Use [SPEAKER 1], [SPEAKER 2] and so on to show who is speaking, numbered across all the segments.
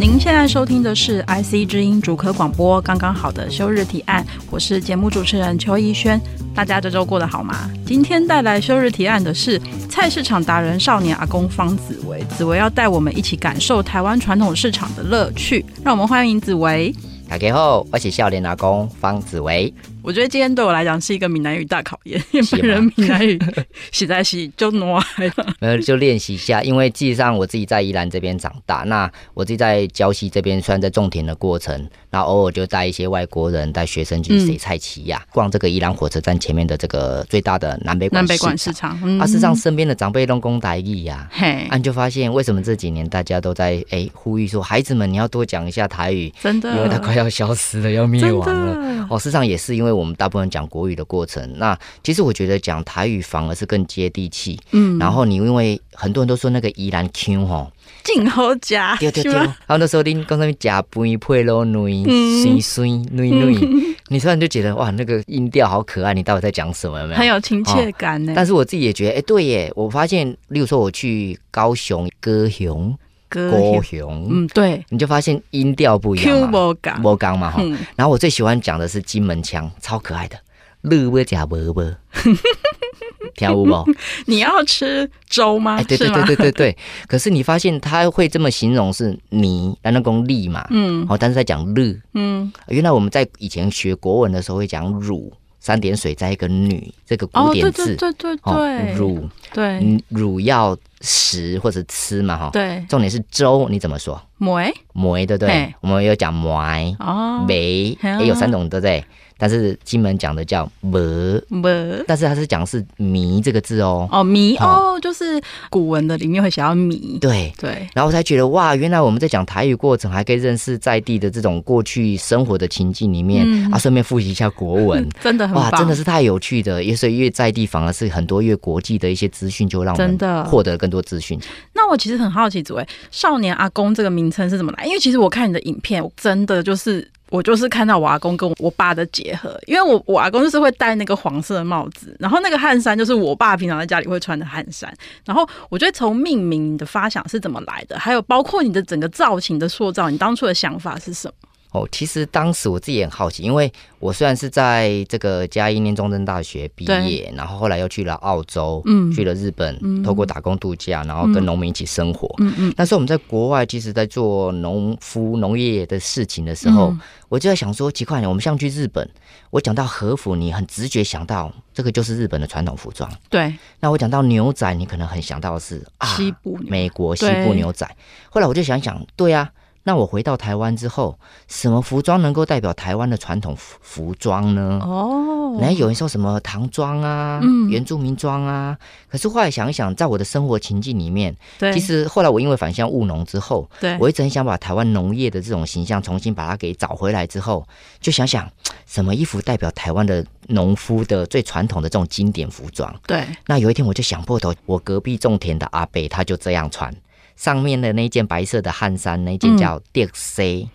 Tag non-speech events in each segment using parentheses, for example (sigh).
[SPEAKER 1] 您现在收听的是 IC 之音主科广播，刚刚好的休日提案，我是节目主持人邱怡轩。大家这周过得好吗？今天带来休日提案的是菜市场达人少年阿公方紫薇，紫薇要带我们一起感受台湾传统市场的乐趣，让我们欢迎紫薇。
[SPEAKER 2] 大家好，我是笑脸老公方
[SPEAKER 1] (laughs)
[SPEAKER 2] 子维。
[SPEAKER 1] 我觉得今天对我来讲是一个闽南语大考验，因为
[SPEAKER 2] 是吗
[SPEAKER 1] 本人闽南语实在是就挪来了。
[SPEAKER 2] 没有就练习一下，因为记上我自己在宜兰这边长大，那我自己在礁溪这边，虽然在种田的过程，那偶尔就带一些外国人、带学生去
[SPEAKER 1] 嗯
[SPEAKER 2] 谁菜奇亚、逛这个宜兰火车站前面的这个最大的南北
[SPEAKER 1] 南
[SPEAKER 2] 馆
[SPEAKER 1] 北
[SPEAKER 2] 市
[SPEAKER 1] 馆
[SPEAKER 2] 场。
[SPEAKER 1] 市场，嗯
[SPEAKER 2] (laughs) 啊，事实上，身边的长辈都公台语呀、
[SPEAKER 1] 嘿
[SPEAKER 2] 啊，，你就发现为什么这几年大家都在哎呼吁说，孩子们你要多讲一下台语，
[SPEAKER 1] 真的，
[SPEAKER 2] 因为它呃快要消失了，要
[SPEAKER 1] 嗯
[SPEAKER 2] 灭
[SPEAKER 1] 真
[SPEAKER 2] 亡了。
[SPEAKER 1] 的，
[SPEAKER 2] 哦，事实上也是因为我们大部分讲国语的过程，那其实我觉得讲台语反而是更接地气。
[SPEAKER 1] 嗯，
[SPEAKER 2] 然后你因为很多人都说那个宜兰腔吼，
[SPEAKER 1] 进口夹，
[SPEAKER 2] 对
[SPEAKER 1] (laughs)
[SPEAKER 2] 对
[SPEAKER 1] 是
[SPEAKER 2] 对，
[SPEAKER 1] 吗
[SPEAKER 2] 然后那时候恁刚才讲饭配咯软
[SPEAKER 1] 嗯
[SPEAKER 2] 酸酸
[SPEAKER 1] (laughs)
[SPEAKER 2] 软软，你突然就觉得哇，那个音调好可爱，你到底在讲什么？有没有
[SPEAKER 1] 很？有亲切感呢。
[SPEAKER 2] 但是我自己也觉得，哎、对耶，我发现，例如说我去高雄、高雄、
[SPEAKER 1] 歌
[SPEAKER 2] 高
[SPEAKER 1] 有
[SPEAKER 2] 雄，
[SPEAKER 1] 嗯，对
[SPEAKER 2] 你就发现音调不一
[SPEAKER 1] ，Q
[SPEAKER 2] 样嘛，
[SPEAKER 1] 无感，
[SPEAKER 2] 波刚嘛哈。
[SPEAKER 1] 嗯，
[SPEAKER 2] 然后我最喜欢讲的是金门腔，超可爱的，乐不假伯
[SPEAKER 1] (laughs)
[SPEAKER 2] 伯，听无不？
[SPEAKER 1] 你要吃粥吗
[SPEAKER 2] 哎，？对对
[SPEAKER 1] 啊是
[SPEAKER 2] 对
[SPEAKER 1] 吗？
[SPEAKER 2] 对对对。可是你发现他会这么形容是你，那那公力嘛，
[SPEAKER 1] 嗯
[SPEAKER 2] 哦，但是在讲乐。
[SPEAKER 1] 嗯，
[SPEAKER 2] 原来我们在以前学国文的时候会讲乳，三点水在一个女，这个古
[SPEAKER 1] 哦，对
[SPEAKER 2] 典
[SPEAKER 1] 对
[SPEAKER 2] 字，
[SPEAKER 1] 对对对，
[SPEAKER 2] 乳，
[SPEAKER 1] 对
[SPEAKER 2] 哦嗯乳要食或者吃嘛，哈。
[SPEAKER 1] 对，
[SPEAKER 2] 重点是粥，你怎么说？
[SPEAKER 1] 梅
[SPEAKER 2] 梅，对不对
[SPEAKER 1] 嘿？
[SPEAKER 2] 我们有讲梅。
[SPEAKER 1] 哦，
[SPEAKER 2] 梅
[SPEAKER 1] 嘿啊
[SPEAKER 2] 也有三种，对不对？但是金门讲的叫梅，
[SPEAKER 1] 梅
[SPEAKER 2] 但是它是讲是迷这个字哦。
[SPEAKER 1] 哦米
[SPEAKER 2] 哦
[SPEAKER 1] 哦，就是古文的里面会写到米，
[SPEAKER 2] 对，
[SPEAKER 1] 对，
[SPEAKER 2] 然后我才觉得哇，原来我们在讲台语过程，还可以认识在地的这种过去生活的情境里面、
[SPEAKER 1] 嗯。
[SPEAKER 2] 啊，顺便复习一下国文
[SPEAKER 1] 真的很
[SPEAKER 2] 哇，
[SPEAKER 1] 棒，
[SPEAKER 2] 真的是太有趣的！也所以越在地，反而是很多越国际的一些资讯，就让我
[SPEAKER 1] 真的
[SPEAKER 2] 们获得更多资讯。
[SPEAKER 1] 那我其实很好奇，紫薇“少年阿公”这个名称是怎么来？因为其实我看你的影片，我真的就是我就是看到我阿公跟我爸的结合，因为我我阿公就是会戴那个黄色的帽子，然后那个汗衫就是我爸平常在家里会穿的汗衫。然后我觉得从命名你的发想是怎么来的，还有包括你的整个造型的塑造，你当初的想法是什么？
[SPEAKER 2] 哦，其实当时我自己也很好奇，因为我虽然是在这个嘉义念中正大学毕业，然后后来又去了澳洲，
[SPEAKER 1] 嗯
[SPEAKER 2] 去了日本，
[SPEAKER 1] 嗯
[SPEAKER 2] 透过打工度假，然后跟农民一起生活。
[SPEAKER 1] 嗯嗯，
[SPEAKER 2] 那时候我们在国外，其实在做农夫农业的事情的时候，
[SPEAKER 1] 嗯
[SPEAKER 2] 我就在想说，奇怪，我们像去日本，我讲到和服，你很直觉想到这个就是日本的传统服装；
[SPEAKER 1] 对，
[SPEAKER 2] 那我讲到牛仔，你可能很想到的是啊，
[SPEAKER 1] 西部牛
[SPEAKER 2] 美国西部牛仔。后来我就想想，对啊，那我回到台湾之后，什么服装能够代表台湾的传统服服装呢？
[SPEAKER 1] 哦，
[SPEAKER 2] 然后有人说什么唐装啊、
[SPEAKER 1] 嗯
[SPEAKER 2] 原住民装啊，可是后来想一想，在我的生活情境里面，
[SPEAKER 1] 对，
[SPEAKER 2] 其实后来我因为返乡务农之后，
[SPEAKER 1] 对，
[SPEAKER 2] 我一直很想把台湾农业的这种形象重新把它给找回来之后，就想想什么衣服代表台湾的农夫的最传统的这种经典服装。
[SPEAKER 1] 对，
[SPEAKER 2] 那有一天我就想破头，我隔壁种田的阿伯他就这样穿，上面的那件白色的汗衫，那件叫 d C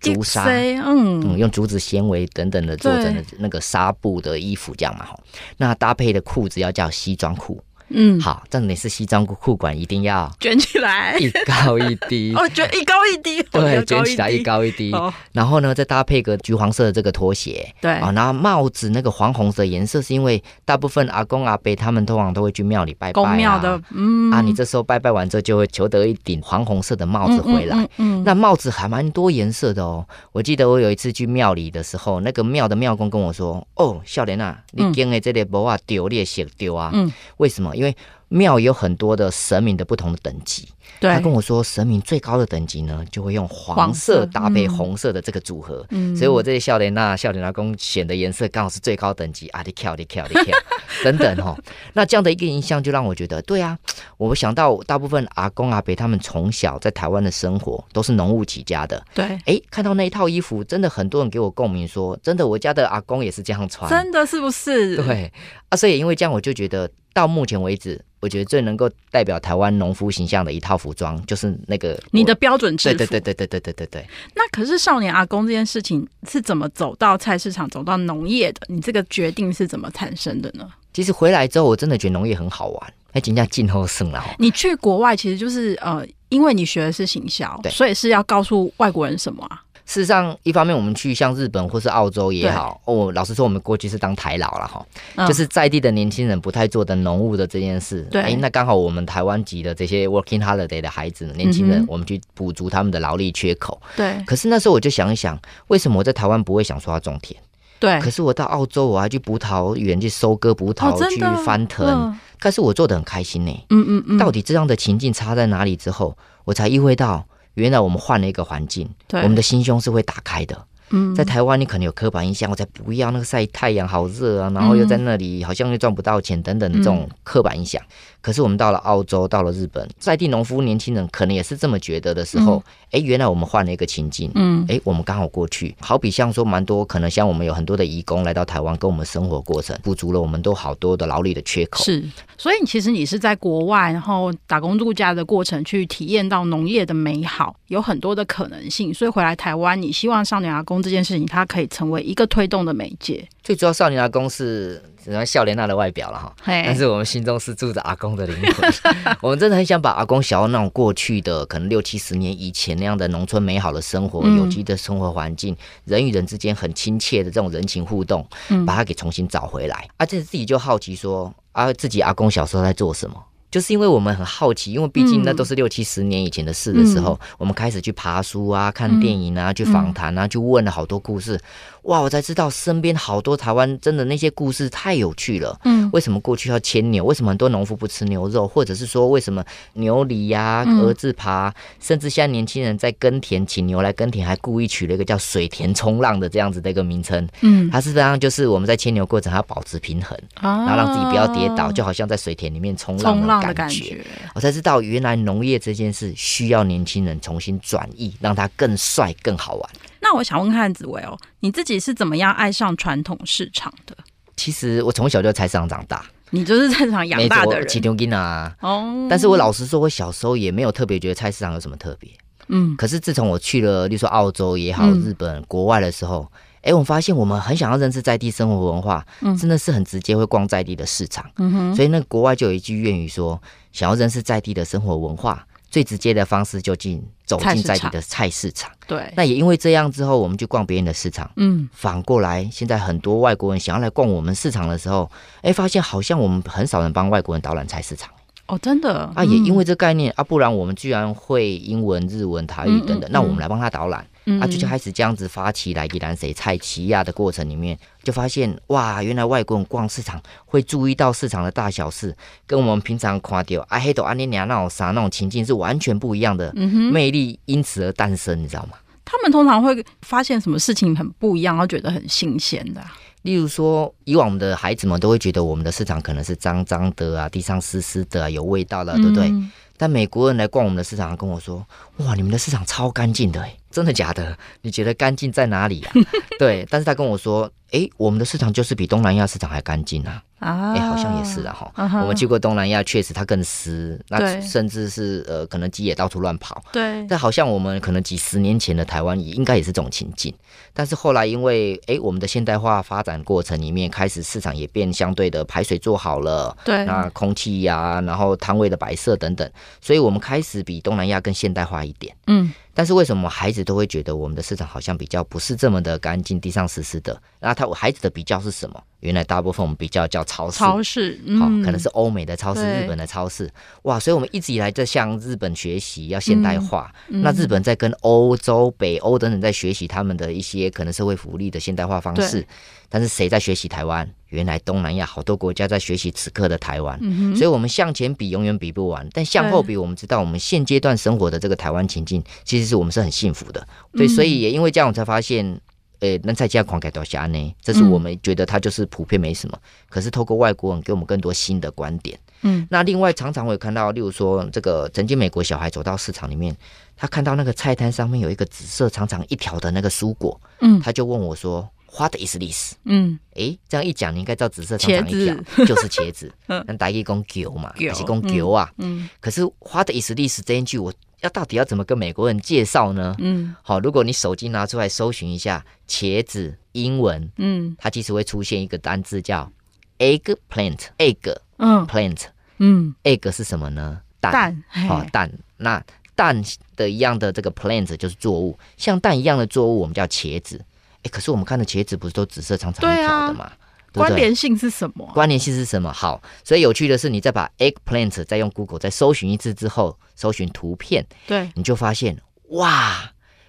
[SPEAKER 2] 竹纱。
[SPEAKER 1] Dixie，嗯
[SPEAKER 2] 嗯，用竹子纤维等等的做成的
[SPEAKER 1] 对
[SPEAKER 2] 那个纱布的衣服，这样嘛吼。那搭配的裤子要叫西装裤，
[SPEAKER 1] 嗯，
[SPEAKER 2] 好，重点是西装裤裤管一定要
[SPEAKER 1] 卷起来，
[SPEAKER 2] 一高一低，
[SPEAKER 1] (laughs) 哦，卷一高一低，我要
[SPEAKER 2] 对，
[SPEAKER 1] 高
[SPEAKER 2] 卷起来
[SPEAKER 1] 低
[SPEAKER 2] 一高一低，
[SPEAKER 1] 哦，哎
[SPEAKER 2] 然后呢，再搭配个橘黄色的这个拖鞋。
[SPEAKER 1] 对，
[SPEAKER 2] 啊，然后帽子那个黄红色的颜色，是因为大部分阿公阿伯他们通常都会去庙里拜拜、啊，
[SPEAKER 1] 公庙的，嗯
[SPEAKER 2] 啊，你这时候拜拜完之后就会求得一顶黄红色的帽子回来。
[SPEAKER 1] 嗯嗯嗯嗯
[SPEAKER 2] 那帽子还蛮多颜色的哦。我记得我有一次去庙里的时候，那个庙的庙公跟我说：“哦，笑莲啊，你
[SPEAKER 1] 嗯
[SPEAKER 2] 跟的这个帽啊丢，你也写丢啊。
[SPEAKER 1] 嗯
[SPEAKER 2] 为什么？因为庙有很多的神明的不同的等级。
[SPEAKER 1] 对
[SPEAKER 2] 他，跟我说，神明最高的等级呢，就会用黄色
[SPEAKER 1] 黄色
[SPEAKER 2] 搭配
[SPEAKER 1] 嗯
[SPEAKER 2] 红色的这个组合。
[SPEAKER 1] 嗯
[SPEAKER 2] 所以我这些笑脸那笑脸阿公选的颜色刚好是最高等级啊，你跳你跳你跳等等哈、
[SPEAKER 1] (laughs)
[SPEAKER 2] 那这样的一个印象就让我觉得，对啊，我想到大部分阿公阿伯他们从小在台湾的生活都是农务起家的，
[SPEAKER 1] 对，
[SPEAKER 2] 诶，看到那一套衣服，真的很多人给我共鸣说，真的我家的阿公也是这样穿，
[SPEAKER 1] 真的是不是？，
[SPEAKER 2] 对啊，所以因为这样，我就觉得到目前为止，我觉得最能够代表台湾农夫形象的一套服装，就是那个
[SPEAKER 1] 你的
[SPEAKER 2] 我
[SPEAKER 1] 标准制
[SPEAKER 2] 对
[SPEAKER 1] 服。
[SPEAKER 2] 对对对对对对对对。
[SPEAKER 1] 那可是少年阿公这件事情是怎么走到菜市场、走到农业的？你这个决定是怎么产生的呢？
[SPEAKER 2] 其实回来之后，我真的觉得农业很好玩，哎，人家进后胜了哦。
[SPEAKER 1] 你去国外其实就是呃，因为你学的是行销，
[SPEAKER 2] 对
[SPEAKER 1] 所以是要告诉外国人什么啊？
[SPEAKER 2] 事实上，一方面我们去像日本或是澳洲也好，哦，老实说，我们过去是当台老了哈，
[SPEAKER 1] 嗯
[SPEAKER 2] 就是在地的年轻人不太做的农务的这件事。
[SPEAKER 1] 对
[SPEAKER 2] 哎，那刚好我们台湾籍的这些 working holiday 的孩子、年轻人，
[SPEAKER 1] 嗯哼
[SPEAKER 2] 我们去补足他们的劳力缺口。
[SPEAKER 1] 对
[SPEAKER 2] 可是那时候我就想一想，为什么我在台湾不会想说要种田？
[SPEAKER 1] 对
[SPEAKER 2] 可是我到澳洲，我还去葡萄园去收割葡萄，
[SPEAKER 1] 哎哦，真
[SPEAKER 2] 去
[SPEAKER 1] 的
[SPEAKER 2] 翻腾，
[SPEAKER 1] 嗯
[SPEAKER 2] 但是我做的很开心呢、
[SPEAKER 1] 嗯嗯嗯，
[SPEAKER 2] 到底这样的情境差在哪里之后，我才意会到，原来我们换了一个环境，
[SPEAKER 1] 对
[SPEAKER 2] 我们的心胸是会打开的。
[SPEAKER 1] 嗯
[SPEAKER 2] 在台湾，你可能有刻板印象，我才不要那个晒太阳好热
[SPEAKER 1] 嗯
[SPEAKER 2] 啊，然后又在那里好像又赚不到钱等等的这种刻板印象。可是我们到了澳洲，到了日本，在地农夫年轻人可能也是这么觉得的时候，哎、原来我们换了一个情境。
[SPEAKER 1] 嗯
[SPEAKER 2] 哎，我们刚好过去，好比像说蛮多，可能像我们有很多的移工来到台湾，跟我们生活过程补足了我们都好多的劳力的缺口。
[SPEAKER 1] 是，所以其实你是在国外，然后打工度假的过程去体验到农业的美好，有很多的可能性。所以回来台湾，你希望少年阿公这件事情，它可以成为一个推动的媒介。
[SPEAKER 2] 最主要少年阿公是只能笑莲娜的外表了哈，
[SPEAKER 1] 嘿
[SPEAKER 2] 但是我们心中是住着阿公的灵
[SPEAKER 1] (laughs)
[SPEAKER 2] 魂。我们真的很想把阿公想要那种过去的，可能六七十年以前那样的农村美好的生活、
[SPEAKER 1] 嗯
[SPEAKER 2] 有机的生活环境、人与人之间很亲切的这种人情互动，
[SPEAKER 1] 嗯
[SPEAKER 2] 把它给重新找回来。而且自己就好奇说，啊，自己阿公小时候在做什么？就是因为我们很好奇，因为毕竟那
[SPEAKER 1] 嗯
[SPEAKER 2] 都是六七十年以前的事的时候，我们开始去爬书啊、看电影
[SPEAKER 1] 嗯
[SPEAKER 2] 啊、去访谈啊、去问了好多故事。哇，我才知道身边好多台湾真的那些故事太有趣了。
[SPEAKER 1] 嗯
[SPEAKER 2] 为什么过去要牵牛？为什么很多农夫不吃牛肉？或者是说，为什么牛犁呀、
[SPEAKER 1] 嗯
[SPEAKER 2] 儿字耙，甚至现在年轻人在耕田，请牛来耕田，还故意取了一个叫“水田冲浪”的这样子的一个名称。
[SPEAKER 1] 嗯，
[SPEAKER 2] 它事实上就是我们在牵牛过程，它要保持平衡，然
[SPEAKER 1] 然
[SPEAKER 2] 后让自己不要跌倒，就好像在水田里面冲
[SPEAKER 1] 啊冲浪
[SPEAKER 2] 浪
[SPEAKER 1] 的
[SPEAKER 2] 的
[SPEAKER 1] 感
[SPEAKER 2] 感
[SPEAKER 1] 觉
[SPEAKER 2] 觉。。我才知道，原来农业这件事需要年轻人重新转译，让它更帅、更好玩。
[SPEAKER 1] 那我想问看紫薇哦，你自己是怎么样爱上传统市场的？
[SPEAKER 2] 其实我从小就在菜市场长大，
[SPEAKER 1] 你就是菜市场养大的人
[SPEAKER 2] 起牛筋啊。
[SPEAKER 1] 哦。
[SPEAKER 2] 但是我老实说，我小时候也没有特别觉得菜市场有什么特别。
[SPEAKER 1] 嗯
[SPEAKER 2] 可是自从我去了，例如说澳洲也好、
[SPEAKER 1] 嗯
[SPEAKER 2] 日本、国外的时候，哎，我发现我们很想要认识在地生活文化，
[SPEAKER 1] 嗯
[SPEAKER 2] 真的是很直接会逛在地的市场。
[SPEAKER 1] 嗯哼，
[SPEAKER 2] 所以那国外就有一句谚语说，想要认识在地的生活文化，最直接的方式就进走
[SPEAKER 1] 菜市
[SPEAKER 2] 进在地
[SPEAKER 1] 场
[SPEAKER 2] 的菜市场。
[SPEAKER 1] 对，
[SPEAKER 2] 那也因为这样之后，我们去逛别人的市场。
[SPEAKER 1] 嗯
[SPEAKER 2] 反过来，现在很多外国人想要来逛我们市场的时候，哎，发现好像我们很少人帮外国人导览菜市场。
[SPEAKER 1] 哦，真的
[SPEAKER 2] 啊，也因
[SPEAKER 1] 为
[SPEAKER 2] 为这概念、啊，不然我们居然会英文、日文、台语
[SPEAKER 1] 嗯
[SPEAKER 2] 等
[SPEAKER 1] 嗯
[SPEAKER 2] 等，
[SPEAKER 1] 嗯
[SPEAKER 2] 那我们来帮他导览、
[SPEAKER 1] 嗯
[SPEAKER 2] 啊，就开始这样子发起来宜兰谁菜奇亚的过程里面，就发现哇，原来外国人逛市场会注意到市场的大小事，跟我们平常看到啊黑豆安尼娘那种啥那种情境是完全不一样的、
[SPEAKER 1] 嗯哼，
[SPEAKER 2] 魅力，因此而诞生，你知道吗？
[SPEAKER 1] 他们通常会发现什么事情很不一样，然后觉得很新鲜的啊、
[SPEAKER 2] 例如说，以往我们的孩子们都会觉得我们的市场可能是脏脏的啊，地上湿湿的啊，有味道的啊、对不对？
[SPEAKER 1] 嗯
[SPEAKER 2] 但美国人来逛我们的市场，跟我说：“哇，你们的市场超干净的，哎，真的假的？你觉得干净在哪
[SPEAKER 1] (laughs)
[SPEAKER 2] 里啊？”对，但是他跟我说：“哎，我们的市场就是比东南亚市场还干净啊！
[SPEAKER 1] 啊，
[SPEAKER 2] 哎，好像也是啊，哈、
[SPEAKER 1] 啊哈
[SPEAKER 2] 我们去过东南亚，确实它更湿，那
[SPEAKER 1] 对
[SPEAKER 2] 甚至是呃，可能鸡也到处乱跑。
[SPEAKER 1] 对，
[SPEAKER 2] 但好像我们可能几十年前的台湾也应该也是这种情境，但是后来因为哎我们的现代化发展过程里面，开始市场也变相对的排水做好了，
[SPEAKER 1] 对
[SPEAKER 2] 那空气呀、然后摊位的摆设等等，所以我们开始比东南亚更现代化一点。
[SPEAKER 1] 嗯，
[SPEAKER 2] 但是为什么孩子都会觉得我们的市场好像比较不是这么的干净，地上湿湿的？那他孩子的比较是什么？原来大部分我们比较叫超市，
[SPEAKER 1] 超市，
[SPEAKER 2] 好、
[SPEAKER 1] 嗯，
[SPEAKER 2] 可能是欧美的超市、
[SPEAKER 1] 对
[SPEAKER 2] 日本的超市，哇！所以我们一直以来在向日本学习，要现代化。
[SPEAKER 1] 嗯
[SPEAKER 2] 那日本在跟欧洲、北欧等等在学习他们的一些可能社会福利的现代化方式
[SPEAKER 1] 对，
[SPEAKER 2] 但是谁在学习台湾？原来东南亚好多国家在学习此刻的台湾。
[SPEAKER 1] 嗯
[SPEAKER 2] 所以，我们向前比永远比不完，但向后比，我们知道我们现阶段生活的这个台湾情境，其实是我们是很幸福的。对，
[SPEAKER 1] 嗯
[SPEAKER 2] 所以也因为这样，我才发现，诶，那在家狂改到下呢，这是我们觉得它就是普遍没什么。可是透过外国人给我们更多新的观点。
[SPEAKER 1] 嗯
[SPEAKER 2] 那另外，常常我有看到，例如说，这个曾经美国小孩走到市场里面，他看到那个菜单上面有一个紫色长长一条的那个蔬果，
[SPEAKER 1] 嗯
[SPEAKER 2] 他就问我说：“What is this？”
[SPEAKER 1] 嗯，
[SPEAKER 2] 诶，这样一讲，你应该知道紫色长长一条
[SPEAKER 1] 茄
[SPEAKER 2] 就是茄子，
[SPEAKER 1] (laughs) 嗯
[SPEAKER 2] 那大一公牛嘛，
[SPEAKER 1] 牛
[SPEAKER 2] 还是公牛啊？
[SPEAKER 1] 嗯
[SPEAKER 2] 可是 “What is this” 这一句，我要到底要怎么跟美国人介绍呢？
[SPEAKER 1] 嗯
[SPEAKER 2] 好，如果你手机拿出来搜寻一下茄子英文，
[SPEAKER 1] 嗯
[SPEAKER 2] 它其实会出现一个单字叫 eggplant，egg
[SPEAKER 1] 嗯
[SPEAKER 2] plant。
[SPEAKER 1] 嗯，
[SPEAKER 2] egg 是什么呢？蛋。
[SPEAKER 1] 蛋，
[SPEAKER 2] 好、
[SPEAKER 1] 嘿
[SPEAKER 2] 蛋。那蛋的一样的这个 plant 就是作物，像蛋一样的作物，我们叫茄子。哎，可是我们看的茄子不是都紫色长长一
[SPEAKER 1] 对啊
[SPEAKER 2] 条的嘛？对不
[SPEAKER 1] 关
[SPEAKER 2] 对？
[SPEAKER 1] 联性是什么啊？
[SPEAKER 2] 关联性是什么？好，所以有趣的是，你再把 eggplant 再用 Google 再搜寻一次之后，搜寻图片，
[SPEAKER 1] 对，
[SPEAKER 2] 你就发现，哇，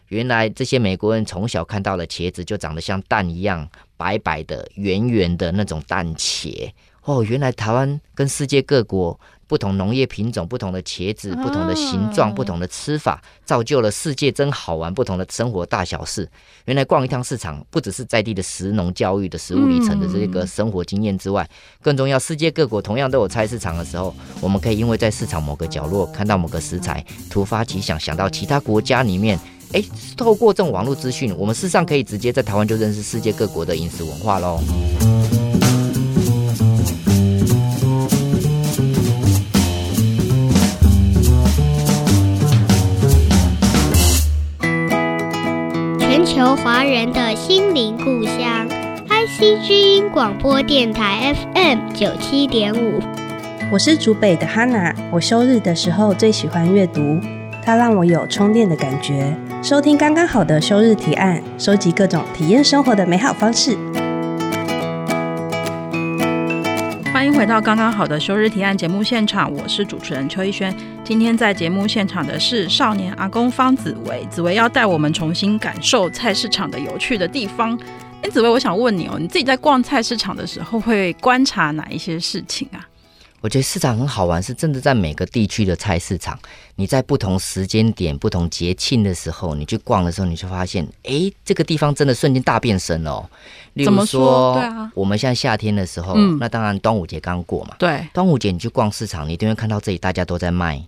[SPEAKER 2] 原来这些美国人从小看到了茄子就长得像蛋一样白白的、圆圆的那种蛋茄。哦，原来台湾跟世界各国不同农业品种、不同的茄子、
[SPEAKER 1] 啊
[SPEAKER 2] 不同的形状、不同的吃法，造就了世界真好玩不同的生活大小事。原来逛一趟市场，不只是在地的食农教育的食物里程的这个生活经验之外，更重要，世界各国同样都有菜市场的时候，我们可以因为在市场某个角落看到某个食材，突发奇想想到其他国家里面。诶，透过这种网络资讯，我们事实上可以直接在台湾就认识世界各国的饮食文化喽。
[SPEAKER 3] 全球华人的心灵故乡。IC 之音广播电台 FM 九七点五，
[SPEAKER 4] 我是竹北的哈娜，我休日的时候最喜欢阅读，它让我有充电的感觉。收听刚刚好的休日提案，收集各种体验生活的美好方式。
[SPEAKER 1] 欢迎回到刚刚好的休日提案节目现场，我是主持人邱逸轩。今天在节目现场的是少年阿公方紫薇，紫薇要带我们重新感受菜市场的有趣的地方。哎，紫薇，我想问你哦，你自己在逛菜市场的时候会观察哪一些事情啊？
[SPEAKER 2] 我觉得市场很好玩，是真的在每个地区的菜市场，你在不同时间点、不同节庆的时候，你去逛的时候，你就发现，诶，这个地方真的瞬间大变身了哦。例
[SPEAKER 1] 怎
[SPEAKER 2] 如
[SPEAKER 1] 么说对啊
[SPEAKER 2] 我们像夏天的时候，
[SPEAKER 1] 嗯
[SPEAKER 2] 那当然端午节刚过嘛，
[SPEAKER 1] 对
[SPEAKER 2] 端午节你去逛市场，你一定会看到这里大家都在卖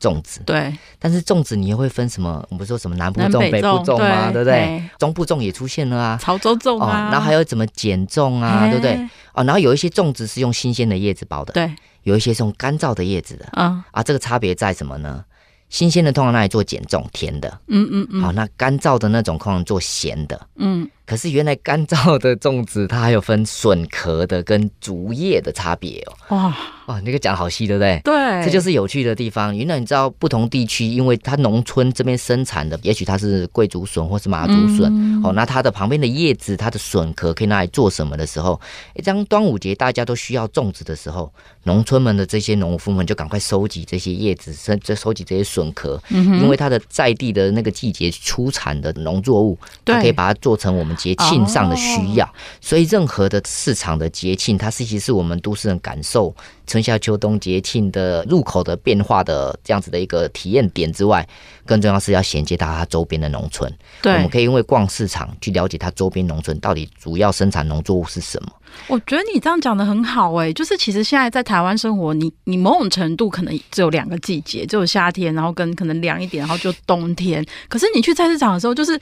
[SPEAKER 2] 粽子，
[SPEAKER 1] 对，
[SPEAKER 2] 但是粽子你又会分什么？我们说什么南部
[SPEAKER 1] 南
[SPEAKER 2] 粽、
[SPEAKER 1] 北
[SPEAKER 2] 北部
[SPEAKER 1] 粽
[SPEAKER 2] 粽嘛，
[SPEAKER 1] 对
[SPEAKER 2] 对不对
[SPEAKER 1] 哎？
[SPEAKER 2] 中部粽也出现了啊。
[SPEAKER 1] 潮州粽
[SPEAKER 2] 哦
[SPEAKER 1] 啊，，
[SPEAKER 2] 然后还有怎么减粽啊，
[SPEAKER 1] 哎
[SPEAKER 2] 对不对？哦，然后有一些粽子是用新鲜的叶子包的，
[SPEAKER 1] 对，
[SPEAKER 2] 有一些是用干燥的叶子的
[SPEAKER 1] 嗯
[SPEAKER 2] 啊。这个差别在什么呢？新鲜的通常拿来做减重，甜的；
[SPEAKER 1] 嗯嗯嗯，
[SPEAKER 2] 好、那干燥的那种通常做咸的。
[SPEAKER 1] 嗯
[SPEAKER 2] 可是原来干燥的粽子，它还有分笋壳的跟竹叶的差别哦。
[SPEAKER 1] 哇，
[SPEAKER 2] 哦，那个讲好细，对不对？
[SPEAKER 1] 对，
[SPEAKER 2] 这就是是有趣的地方。原来你知道不同地区，因为它农村这边生产的，也许它是贵竹笋或是马竹笋，哦，那它的旁边的叶子、它的笋壳可以拿来做什么的时候，诶当端午节大家都需要粽子的时候，农村们的这些农夫们就赶快收集这些叶子，甚至收集这些笋壳，因为它的在地的那个季节出产的农作物，它
[SPEAKER 1] 对
[SPEAKER 2] 可以把它做成我们节庆上的需要。所以任何的市场的节庆，它是其实是我们都市人感受春夏秋冬节庆的入口的变化的这样子的一个体验点之外，更重要是要衔接到它周边的农村。
[SPEAKER 1] 对，
[SPEAKER 2] 我们可以因为逛市场去了解它周边农村到底主要生产农作物是什么。
[SPEAKER 1] 我觉得你这样讲的很好哎、就是其实现在在台湾生活，你你某种程度可能只有两个季节，只有夏天，然后跟可能凉一点，然后就冬天。可是你去菜市场的时候，就是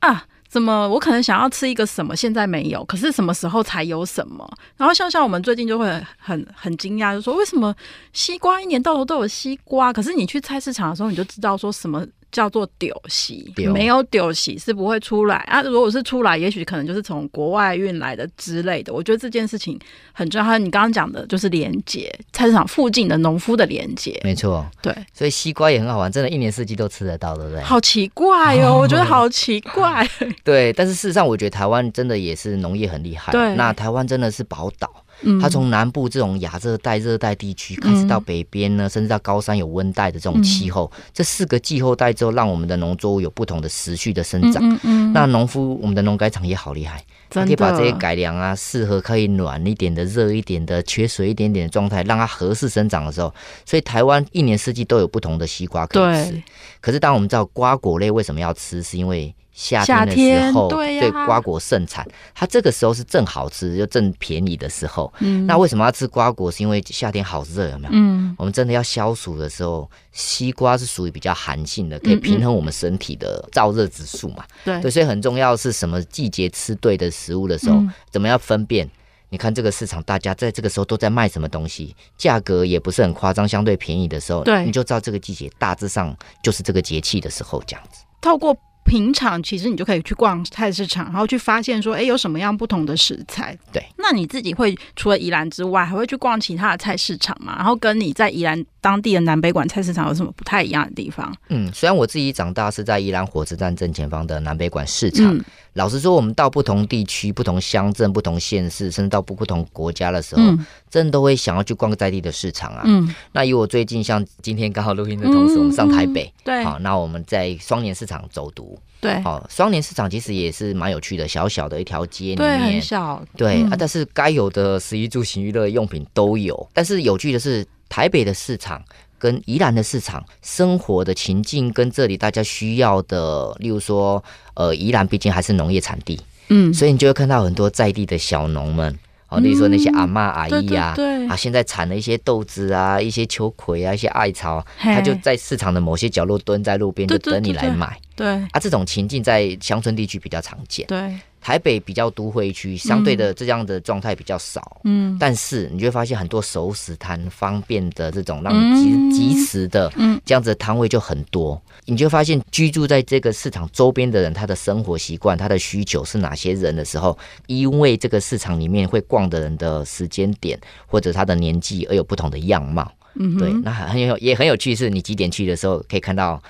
[SPEAKER 1] 啊，怎么我可能想要吃一个什么，现在没有，可是什么时候才有什么？然后像像我们最近就会很很很惊讶，就说为什么西瓜一年到头都有西瓜，可是你去菜市场的时候，你就知道说什么叫做丢席，
[SPEAKER 2] 丢
[SPEAKER 1] 没有丢席是不会出来啊。如果是出来，也许可能就是从国外运来的之类的。我觉得这件事情很重要。还有你刚刚讲的就是连接菜市场附近的农夫的连接，
[SPEAKER 2] 没错，
[SPEAKER 1] 对，
[SPEAKER 2] 所以西瓜也很好玩，真的，一年四季都吃得到，对不对？
[SPEAKER 1] 好奇怪哦，我觉得好奇怪。
[SPEAKER 2] 对，但是事实上，我觉得台湾真的也是农业很厉害。
[SPEAKER 1] 对
[SPEAKER 2] 那台湾真的是宝岛，
[SPEAKER 1] 嗯
[SPEAKER 2] 它从南部这种亚热带、热带地区，开始到北边呢，甚至到高山有温带的这
[SPEAKER 1] 嗯
[SPEAKER 2] 种气候，这四个季候带之后，让我们的农作物有不同的时序的生长。
[SPEAKER 1] 嗯嗯，
[SPEAKER 2] 那农夫，我们的农改场也好厉害，它
[SPEAKER 1] 真
[SPEAKER 2] 可以把
[SPEAKER 1] 的
[SPEAKER 2] 这些改良啊，适合可以暖一点的、热一点的、缺水一点点的状态，让它合适生长的时候，所以台湾一年四季都有不同的西瓜可以吃
[SPEAKER 1] 对。
[SPEAKER 2] 可是当我们知道瓜果类为什么要吃，是因为夏天的
[SPEAKER 1] 夏天
[SPEAKER 2] 时候，
[SPEAKER 1] 对呀
[SPEAKER 2] 瓜果盛产，它这个时候是正好吃又正便宜的时候。
[SPEAKER 1] 嗯
[SPEAKER 2] 那为什么要吃瓜果？是因为夏天好热，有没有？
[SPEAKER 1] 嗯
[SPEAKER 2] 我们真的要消暑的时候，西瓜是属于比较寒性的，
[SPEAKER 1] 嗯
[SPEAKER 2] 可以平衡我们身体的燥热指数嘛。
[SPEAKER 1] 对
[SPEAKER 2] 对，所以很重要是什么季节吃对的食物的时候，
[SPEAKER 1] 嗯
[SPEAKER 2] 怎么样分辨？你看这个市场，大家在这个时候都在卖什么东西，价格也不是很夸张，相对便宜的时候，
[SPEAKER 1] 对
[SPEAKER 2] 你就知道这个季节大致上就是这个节气的时候这样子。
[SPEAKER 1] 透过平常，其实你就可以去逛菜市场，然后去发现说，哎，有什么样不同的食材。
[SPEAKER 2] 对，
[SPEAKER 1] 那你自己会除了宜兰之外，还会去逛其他的菜市场吗？然后跟你在宜兰当地的南北馆菜市场有什么不太一样的地方？
[SPEAKER 2] 嗯，虽然我自己长大是在宜兰火车站正前方的南北馆市场，
[SPEAKER 1] 嗯
[SPEAKER 2] 老实说，我们到不同地区、不同乡镇、不同县市，甚至到不不同国家的时候，
[SPEAKER 1] 嗯
[SPEAKER 2] 真的都会想要去逛在地的市场啊。
[SPEAKER 1] 嗯，
[SPEAKER 2] 那以我最近像今天刚好录音的同时，我们上台北，
[SPEAKER 1] 对
[SPEAKER 2] 好，那我们在双年市场走读，
[SPEAKER 1] 对
[SPEAKER 2] 好，双年市场其实也是蛮有趣的，小小的一条街里
[SPEAKER 1] 对，很
[SPEAKER 2] 面，
[SPEAKER 1] 小，
[SPEAKER 2] 对、
[SPEAKER 1] 嗯
[SPEAKER 2] 啊，但是该有的食衣住行娱乐用品都有。但是有趣的是，台北的市场跟宜兰的市场生活的情境跟这里大家需要的，例如说，呃，宜兰毕竟还是农业产地，
[SPEAKER 1] 嗯，
[SPEAKER 2] 所以你就会看到很多在地的小农们。哦，例如说那些阿嬷阿
[SPEAKER 1] 对
[SPEAKER 2] 姨
[SPEAKER 1] 对
[SPEAKER 2] 呀、啊，
[SPEAKER 1] 对
[SPEAKER 2] 现在产了一些豆子啊，一些秋葵啊，一些艾草，
[SPEAKER 1] 嘿
[SPEAKER 2] 他就在市场的某些角落蹲在路边，就
[SPEAKER 1] 对对
[SPEAKER 2] 等你
[SPEAKER 1] 对
[SPEAKER 2] 来
[SPEAKER 1] 对
[SPEAKER 2] 买
[SPEAKER 1] 对
[SPEAKER 2] 啊。这种情境在乡村地区比较常见。
[SPEAKER 1] 对，
[SPEAKER 2] 台北比较都会区，相对的这样的状态比较少。
[SPEAKER 1] 嗯
[SPEAKER 2] 但是你就会发现很多熟食摊方便的这种让
[SPEAKER 1] 嗯
[SPEAKER 2] 你及及时的
[SPEAKER 1] 嗯
[SPEAKER 2] 这样子的摊位就很多，你就会发现居住在这个市场周边的人，他的生活习惯、他的需求是哪些人的时候，因为这个市场里面会逛的人的时间点或者他的年纪而有不同的样貌。
[SPEAKER 1] 嗯哼
[SPEAKER 2] 对，那很有也很有趣，是你几点去的时候可以看到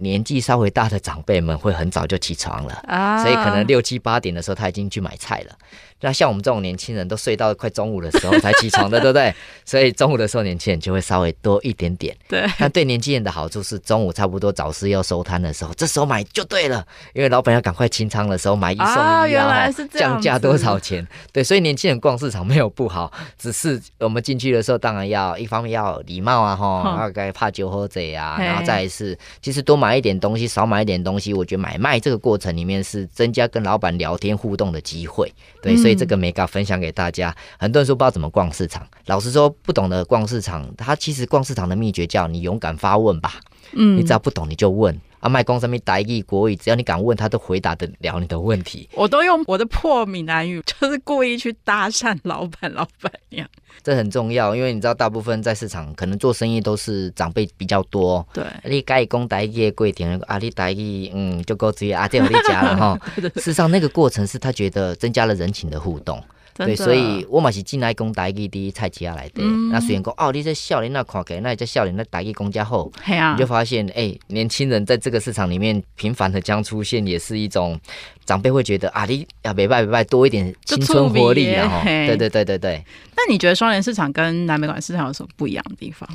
[SPEAKER 2] 年纪稍微大的长辈们会很早就起床了。
[SPEAKER 1] 啊，
[SPEAKER 2] 所以可能六七八点的时候他已经去买菜了。那像我们这种年轻人都睡到快中午的时候才起床的，对不对？所以中午的时候年轻人就会稍微多一点点。
[SPEAKER 1] 对
[SPEAKER 2] 那对年轻人的好处是，中午差不多早市要收摊的时候，这时候买就对了，因为老板要赶快清仓的时候买一送一、
[SPEAKER 1] 啊原来
[SPEAKER 2] 哦
[SPEAKER 1] 是这样
[SPEAKER 2] 降
[SPEAKER 1] 子
[SPEAKER 2] 价多少钱？对，所以年轻人逛市场没有不好，只是我们进去的时候，当然要一方面要礼貌啊，吼，
[SPEAKER 1] 哼
[SPEAKER 2] 然后该怕酒喝醉啊，
[SPEAKER 1] 嘿
[SPEAKER 2] 然后再来是其实多买一点东西，少买一点东西，我觉得买卖这个过程里面是增加跟老板聊天互动的机会。
[SPEAKER 1] 嗯
[SPEAKER 2] 对，所以这个美感分享给大家。很多人说不知道怎么逛市场，老实说不懂得逛市场，他其实逛市场的秘诀叫你勇敢发问吧。
[SPEAKER 1] 嗯
[SPEAKER 2] 你只要不懂你就问啊，卖公上面台语国语，只要你敢问，他都回答得了你的问题。
[SPEAKER 1] 我都用我的破闽南语，就是故意去搭讪老板、老板娘。
[SPEAKER 2] 这很重要，因为你知道大部分在市场可能做生意都是长辈比较多。
[SPEAKER 1] 对，
[SPEAKER 2] 啊你该讲台语的贵点，啊，你台语嗯就够这啊，这有你家
[SPEAKER 1] (laughs)
[SPEAKER 2] 了哈。事实上，那个过程是他觉得增加了人情的互动。
[SPEAKER 1] 真
[SPEAKER 2] 对，
[SPEAKER 1] 的
[SPEAKER 2] 所以我嘛是进来讲台语的菜市啊来的。
[SPEAKER 1] 嗯
[SPEAKER 2] 那虽然讲哦，你这少年那看起来，那这少年那台语讲家好，
[SPEAKER 1] 嘿啊
[SPEAKER 2] 你就，发现哎、年轻人在这个市场里面频繁的将出现，也是一种长辈会觉得啊，你啊，别拜别拜，多一点青春活力啊。
[SPEAKER 1] 就 (laughs) 趣味
[SPEAKER 2] 吼
[SPEAKER 1] 嘿
[SPEAKER 2] 对对对对对。
[SPEAKER 1] 那你觉得双联市场跟南美馆市场有什么不一样的地方？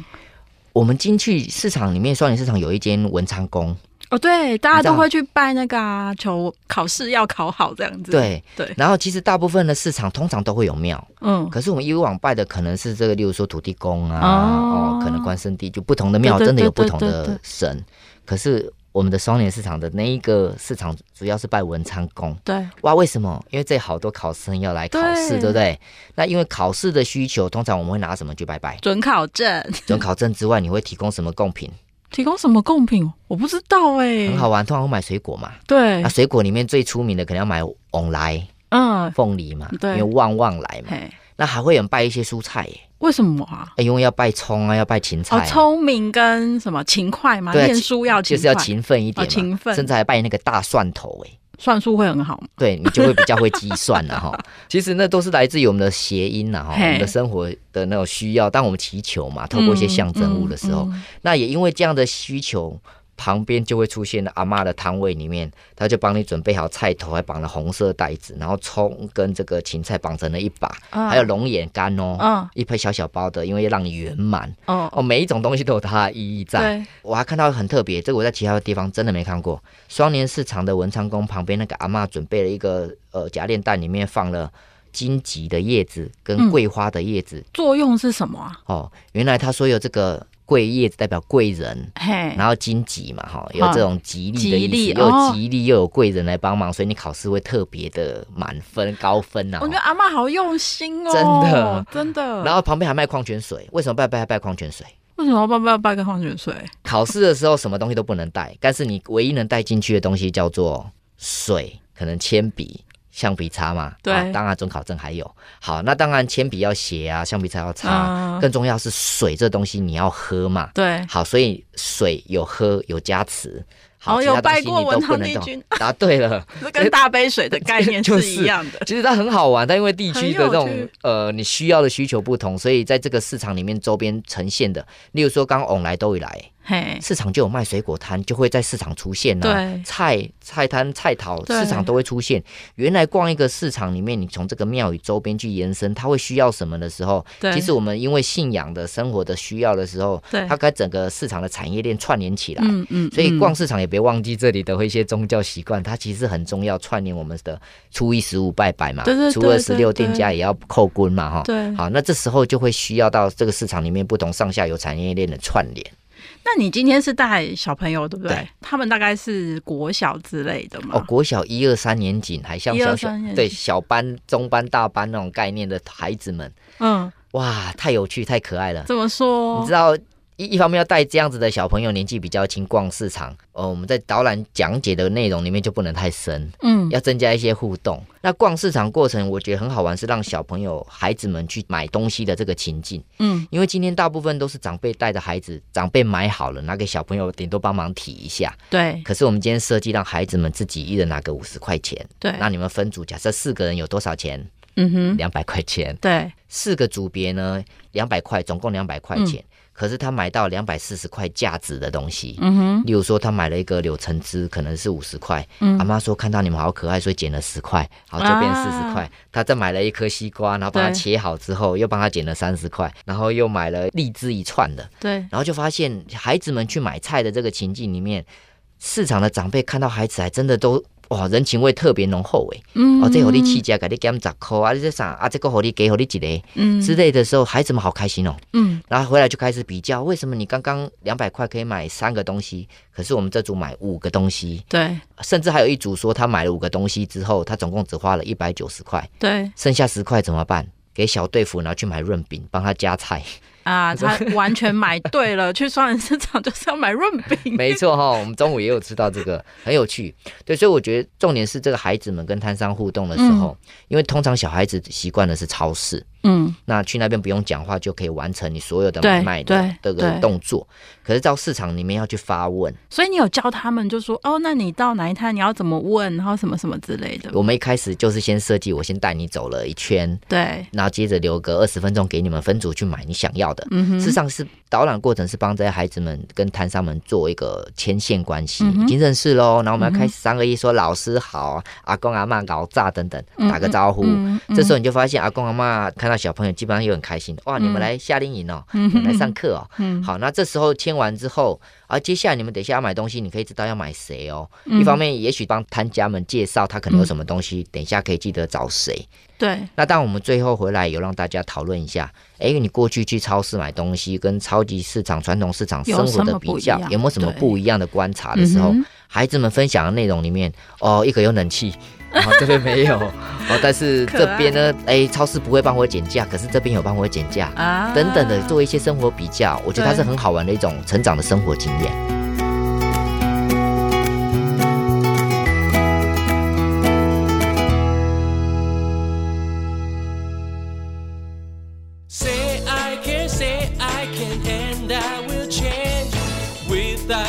[SPEAKER 2] 我们进去市场里面，双联市场有一间文昌宫，
[SPEAKER 1] 哦，对，大家
[SPEAKER 2] 你知
[SPEAKER 1] 都
[SPEAKER 2] 道
[SPEAKER 1] 会去拜那个啊，求考试要考好这样子。
[SPEAKER 2] 对
[SPEAKER 1] 对，
[SPEAKER 2] 然后其实大部分的市场通常都会有庙，
[SPEAKER 1] 嗯，
[SPEAKER 2] 可是我们以往拜的可能是这个，例如说土地公啊，
[SPEAKER 1] 哦
[SPEAKER 2] 哦，可能关圣帝，就不同的庙
[SPEAKER 1] 对对
[SPEAKER 2] 真的有
[SPEAKER 1] 对
[SPEAKER 2] 不
[SPEAKER 1] 对
[SPEAKER 2] 同
[SPEAKER 1] 对对
[SPEAKER 2] 的神。可是我们的双年市场的那一个市场主要是拜文昌宫，
[SPEAKER 1] 对，
[SPEAKER 2] 哇，为什么？因为这好多考生要来考试，
[SPEAKER 1] 对
[SPEAKER 2] 对不对？那因为考试的需求，通常我们会拿什么去拜
[SPEAKER 1] (laughs)
[SPEAKER 2] 拜？
[SPEAKER 1] 准考证
[SPEAKER 2] 准考证之外，你会提供什么贡品？
[SPEAKER 1] 提供什么贡品？我不知道哎、
[SPEAKER 2] 很好。啊玩，通常会买水果嘛。
[SPEAKER 1] 对
[SPEAKER 2] 那、，水果里面最出名的，可能要买翁来、
[SPEAKER 1] 嗯，
[SPEAKER 2] 凤梨嘛，
[SPEAKER 1] 对
[SPEAKER 2] 因为旺旺来嘛。
[SPEAKER 1] 嘿，
[SPEAKER 2] 那还会有人拜一些蔬菜耶，
[SPEAKER 1] 为什么啊？
[SPEAKER 2] 哎因为要拜葱啊，要拜芹菜、
[SPEAKER 1] 哦
[SPEAKER 2] 啊，，
[SPEAKER 1] 聪明跟什么勤快嘛，
[SPEAKER 2] 对啊
[SPEAKER 1] 念书要勤
[SPEAKER 2] 就
[SPEAKER 1] 快，
[SPEAKER 2] 是要勤奋一点
[SPEAKER 1] 哦
[SPEAKER 2] 嘛，
[SPEAKER 1] 勤奋
[SPEAKER 2] 甚至还拜那个大蒜头哎。
[SPEAKER 1] 算术会很好嘛。
[SPEAKER 2] 对你就会比较会计算了哈。 (laughs) 其实那都是来自于我们的谐音呐哈，
[SPEAKER 1] 嘿
[SPEAKER 2] 我们的生活的那种需要。当我们祈求嘛，透过一些象征物的时候，
[SPEAKER 1] 嗯，嗯
[SPEAKER 2] 那也因为这样的需求，旁边就会出现了阿妈的摊位里面，他就帮你准备好菜头，还绑了红色袋子，然后葱跟这个芹菜绑成了一把，
[SPEAKER 1] 嗯
[SPEAKER 2] 还有龙眼干哦，
[SPEAKER 1] 嗯
[SPEAKER 2] 一盆小小包的，因为要让你圆满
[SPEAKER 1] 哦
[SPEAKER 2] 哦。每一种东西都有它的意义在。
[SPEAKER 1] 对，
[SPEAKER 2] 我还看到很特别，这个我在其他的地方真的没看过。双年市场的文昌宫旁边那个阿嬷准备了一个呃夹链袋，里面放了荆棘的叶子跟
[SPEAKER 1] 嗯
[SPEAKER 2] 桂花的叶子。
[SPEAKER 1] 作用是什么啊？
[SPEAKER 2] 哦，原来他说有这个桂叶子代表贵人。
[SPEAKER 1] 嘿，
[SPEAKER 2] 然后荆棘嘛，哈，有
[SPEAKER 1] 嗯
[SPEAKER 2] 这种吉利的
[SPEAKER 1] 哎吉利
[SPEAKER 2] 意思，又
[SPEAKER 1] 哦
[SPEAKER 2] 有吉利又有贵人来帮忙，所以你考试会特别的满分高分呐、
[SPEAKER 1] 我觉得呃
[SPEAKER 2] 啊。
[SPEAKER 1] 阿妈好用心哦，
[SPEAKER 2] 真的
[SPEAKER 1] 真的。
[SPEAKER 2] 然后旁边还卖矿泉水，为什么拜拜还拜矿泉水？
[SPEAKER 1] 为什么要不要拜个矿泉水？
[SPEAKER 2] 考试的时候什么东西都不能带，但是你唯一能带进去的东西叫做水，可能铅笔、橡皮擦嘛。
[SPEAKER 1] 对
[SPEAKER 2] 啊当然准考证还有。好，那当然铅笔要写啊，橡皮擦要擦，
[SPEAKER 1] 啊，
[SPEAKER 2] 更重要是水这东西你要喝嘛。
[SPEAKER 1] 对，
[SPEAKER 2] 好，所以水有喝有加持。
[SPEAKER 1] 哦
[SPEAKER 2] 好，其
[SPEAKER 1] 有
[SPEAKER 2] 他东
[SPEAKER 1] 拜
[SPEAKER 2] 西
[SPEAKER 1] 过
[SPEAKER 2] 你都
[SPEAKER 1] 文
[SPEAKER 2] 不
[SPEAKER 1] 昌
[SPEAKER 2] 能
[SPEAKER 1] 帝
[SPEAKER 2] 动
[SPEAKER 1] 君。
[SPEAKER 2] 答对
[SPEAKER 1] (laughs)
[SPEAKER 2] 了。
[SPEAKER 1] 这跟大杯水的概念
[SPEAKER 2] (laughs) 就是是
[SPEAKER 1] 一样的。
[SPEAKER 2] 其实它很好玩，但因为地区的
[SPEAKER 1] 很
[SPEAKER 2] 这
[SPEAKER 1] 有
[SPEAKER 2] 种
[SPEAKER 1] 趣
[SPEAKER 2] 呃你需要的需求不同，所以在这个市场里面周边呈现的，例如说刚刚往来都会来，
[SPEAKER 1] 嘿，
[SPEAKER 2] 市场就有卖水果摊，就会在市场出现啊
[SPEAKER 1] 对，
[SPEAKER 2] 菜菜摊、菜桃，
[SPEAKER 1] 对
[SPEAKER 2] 市场都会出现。原来逛一个市场里面，你从这个庙宇周边去延伸，它会需要什么的时候，
[SPEAKER 1] 对
[SPEAKER 2] 其实我们因为信仰的生活的需要的时候
[SPEAKER 1] 对，
[SPEAKER 2] 它跟整个市场的产业链串联起来。
[SPEAKER 1] 嗯嗯，
[SPEAKER 2] 所以
[SPEAKER 1] 嗯
[SPEAKER 2] 逛市场也别忘记这里的一些宗教习惯，它其实很重要，串联我们的初一十五拜拜嘛，
[SPEAKER 1] 对对对
[SPEAKER 2] 初二十六
[SPEAKER 1] 对对
[SPEAKER 2] 店家也要扣棍嘛哈。
[SPEAKER 1] 对
[SPEAKER 2] 好，那这时候就会需要到这个市场里面不同上下游产业链的串联。
[SPEAKER 1] 那你今天是带小朋友对不对？
[SPEAKER 2] 对
[SPEAKER 1] 他们大概是国小之类的嘛？
[SPEAKER 2] 哦，国小一二三年级还像
[SPEAKER 1] 一二
[SPEAKER 2] 小小
[SPEAKER 1] 三年级
[SPEAKER 2] 对小班、中班、大班那种概念的孩子们，
[SPEAKER 1] 嗯，
[SPEAKER 2] 哇，太有趣、太可爱了。
[SPEAKER 1] 怎么说？
[SPEAKER 2] 你知道，一一方面要带这样子的小朋友年纪比较轻逛市场，呃，我们在导览讲解的内容里面就不能太深，
[SPEAKER 1] 嗯，
[SPEAKER 2] 要增加一些互动。那逛市场过程，我觉得很好玩，是让小朋友、孩子们去买东西的这个情境。
[SPEAKER 1] 嗯，
[SPEAKER 2] 因为今天大部分都是长辈带着孩子，长辈买好了拿给小朋友，顶多帮忙提一下。
[SPEAKER 1] 对
[SPEAKER 2] 可是我们今天设计让孩子们自己一人拿个五十块钱，
[SPEAKER 1] 对，
[SPEAKER 2] 那你们分组，假设四个人有多少钱？
[SPEAKER 1] 嗯哼，
[SPEAKER 2] 两百块钱。
[SPEAKER 1] 对，
[SPEAKER 2] 四个组别呢，两百块，总共两百块钱。可是他买到两百四十块价值的东西，
[SPEAKER 1] 嗯哼，
[SPEAKER 2] 例如说他买了一个柳橙汁，可能是五十块。
[SPEAKER 1] 嗯啊
[SPEAKER 2] 阿妈说看到你们好可爱，所以减了十块，好就变四十块。他再买了一颗西瓜，然后帮他
[SPEAKER 1] 对
[SPEAKER 2] 切好之后，又帮他减了三十块，然后又买了荔枝一串的。
[SPEAKER 1] 对，
[SPEAKER 2] 然后就发现孩子们去买菜的这个情境里面，市场的长辈看到孩子还真的都哇人情味特别浓厚诶。
[SPEAKER 1] 嗯
[SPEAKER 2] 哦，这给你七家，给你减十块啊，你这啥啊，这个给你给给你一个
[SPEAKER 1] 嗯
[SPEAKER 2] 之类的时候，孩子们好开心哦。
[SPEAKER 1] 嗯，
[SPEAKER 2] 然后回来就开始比较，为什么你刚刚两百块可以买三个东西，可是我们这组买五个东西，
[SPEAKER 1] 对
[SPEAKER 2] 甚至还有一组说他买了五个东西之后，他总共只花了一百九十块，
[SPEAKER 1] 对
[SPEAKER 2] 剩下十块怎么办？给小队服，然后去买润饼，帮他加菜。
[SPEAKER 1] 啊，他完全买对了，去双人市场就是要买润 (laughs) 饼，
[SPEAKER 2] (laughs) 没错哈、我们中午也有吃到这个，很有趣。对，所以我觉得重点是这个孩子们跟摊商互动的时候，因为通常小孩子习惯的是超市，
[SPEAKER 1] 嗯，
[SPEAKER 2] 那去那边不用讲话就可以完成你所有的
[SPEAKER 1] 对
[SPEAKER 2] 买卖的
[SPEAKER 1] 对
[SPEAKER 2] 这个
[SPEAKER 1] 对
[SPEAKER 2] 动作。可是到市场里面要去发问，
[SPEAKER 1] 所以你有教他们就说哦，那你到哪一摊你要怎么问，然后什么什么之类的，
[SPEAKER 2] 我们一开始就是先设计，我先带你走了一圈，
[SPEAKER 1] 对，
[SPEAKER 2] 然后接着留个二十分钟给你们分组去买你想要的。
[SPEAKER 1] 嗯哼，
[SPEAKER 2] 事实上是导览过程是帮这些孩子们跟摊商们做一个牵线关系，
[SPEAKER 1] 嗯哼
[SPEAKER 2] 已经认识喽。然后我们
[SPEAKER 1] 嗯哼
[SPEAKER 2] 要开始三个一说老师好，阿公阿嬷搞炸等等，
[SPEAKER 1] 嗯
[SPEAKER 2] 打个招呼。
[SPEAKER 1] 嗯嗯
[SPEAKER 2] 这时候你就发现阿公阿嬷看到小朋友基本上也很开心，哇，你们来夏令营哦，
[SPEAKER 1] 嗯
[SPEAKER 2] 你们来上课哦。
[SPEAKER 1] (laughs) 嗯
[SPEAKER 2] 好，那这时候签完之后，啊，接下来你们等一下要买东西，你可以知道要买谁哦。
[SPEAKER 1] 嗯
[SPEAKER 2] 一方面也许帮摊家们介绍他可能有什么东西，等一下可以记得找谁。
[SPEAKER 1] 对
[SPEAKER 2] 那当我们最后回来，有让大家讨论一下，哎，你过去去超市买东西，跟超级市场、传统市场
[SPEAKER 1] 有
[SPEAKER 2] 生活
[SPEAKER 1] 什
[SPEAKER 2] 的
[SPEAKER 1] 么
[SPEAKER 2] 比
[SPEAKER 1] 不一
[SPEAKER 2] 较，
[SPEAKER 1] 样
[SPEAKER 2] 有没有什么
[SPEAKER 1] 对
[SPEAKER 2] 不一样的观察的时候
[SPEAKER 1] 嗯哼，
[SPEAKER 2] 孩子们分享的内容里面，哦，一个有
[SPEAKER 1] (laughs)
[SPEAKER 2] 冷气。然后这边没有哦，但是
[SPEAKER 1] 可爱
[SPEAKER 2] 这边呢，哎，超市不会帮我减价，可是这边有帮我减价，
[SPEAKER 1] 啊，
[SPEAKER 2] 等等的，做一些生活比较，我觉得它
[SPEAKER 1] 对
[SPEAKER 2] 是很好玩的一种成长的生活经验。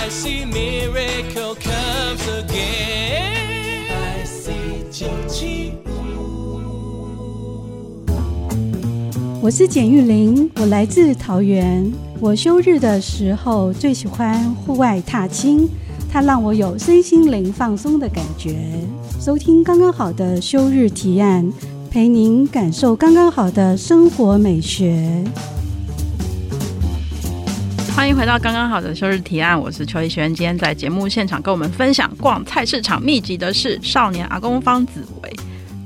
[SPEAKER 5] see miracle comes again. I see Jinchi.
[SPEAKER 6] 我是简玉玲，我来自桃园。我休日的时候最喜欢户外踏青，它让我有身心灵放松的感觉。收听刚刚好的休日提案，陪您感受刚刚好的生活美学。
[SPEAKER 1] 欢迎回到刚刚好的休日提案，我是邱逸轩。今天在节目现场跟我们分享逛菜市场秘籍的是少年阿公方子维。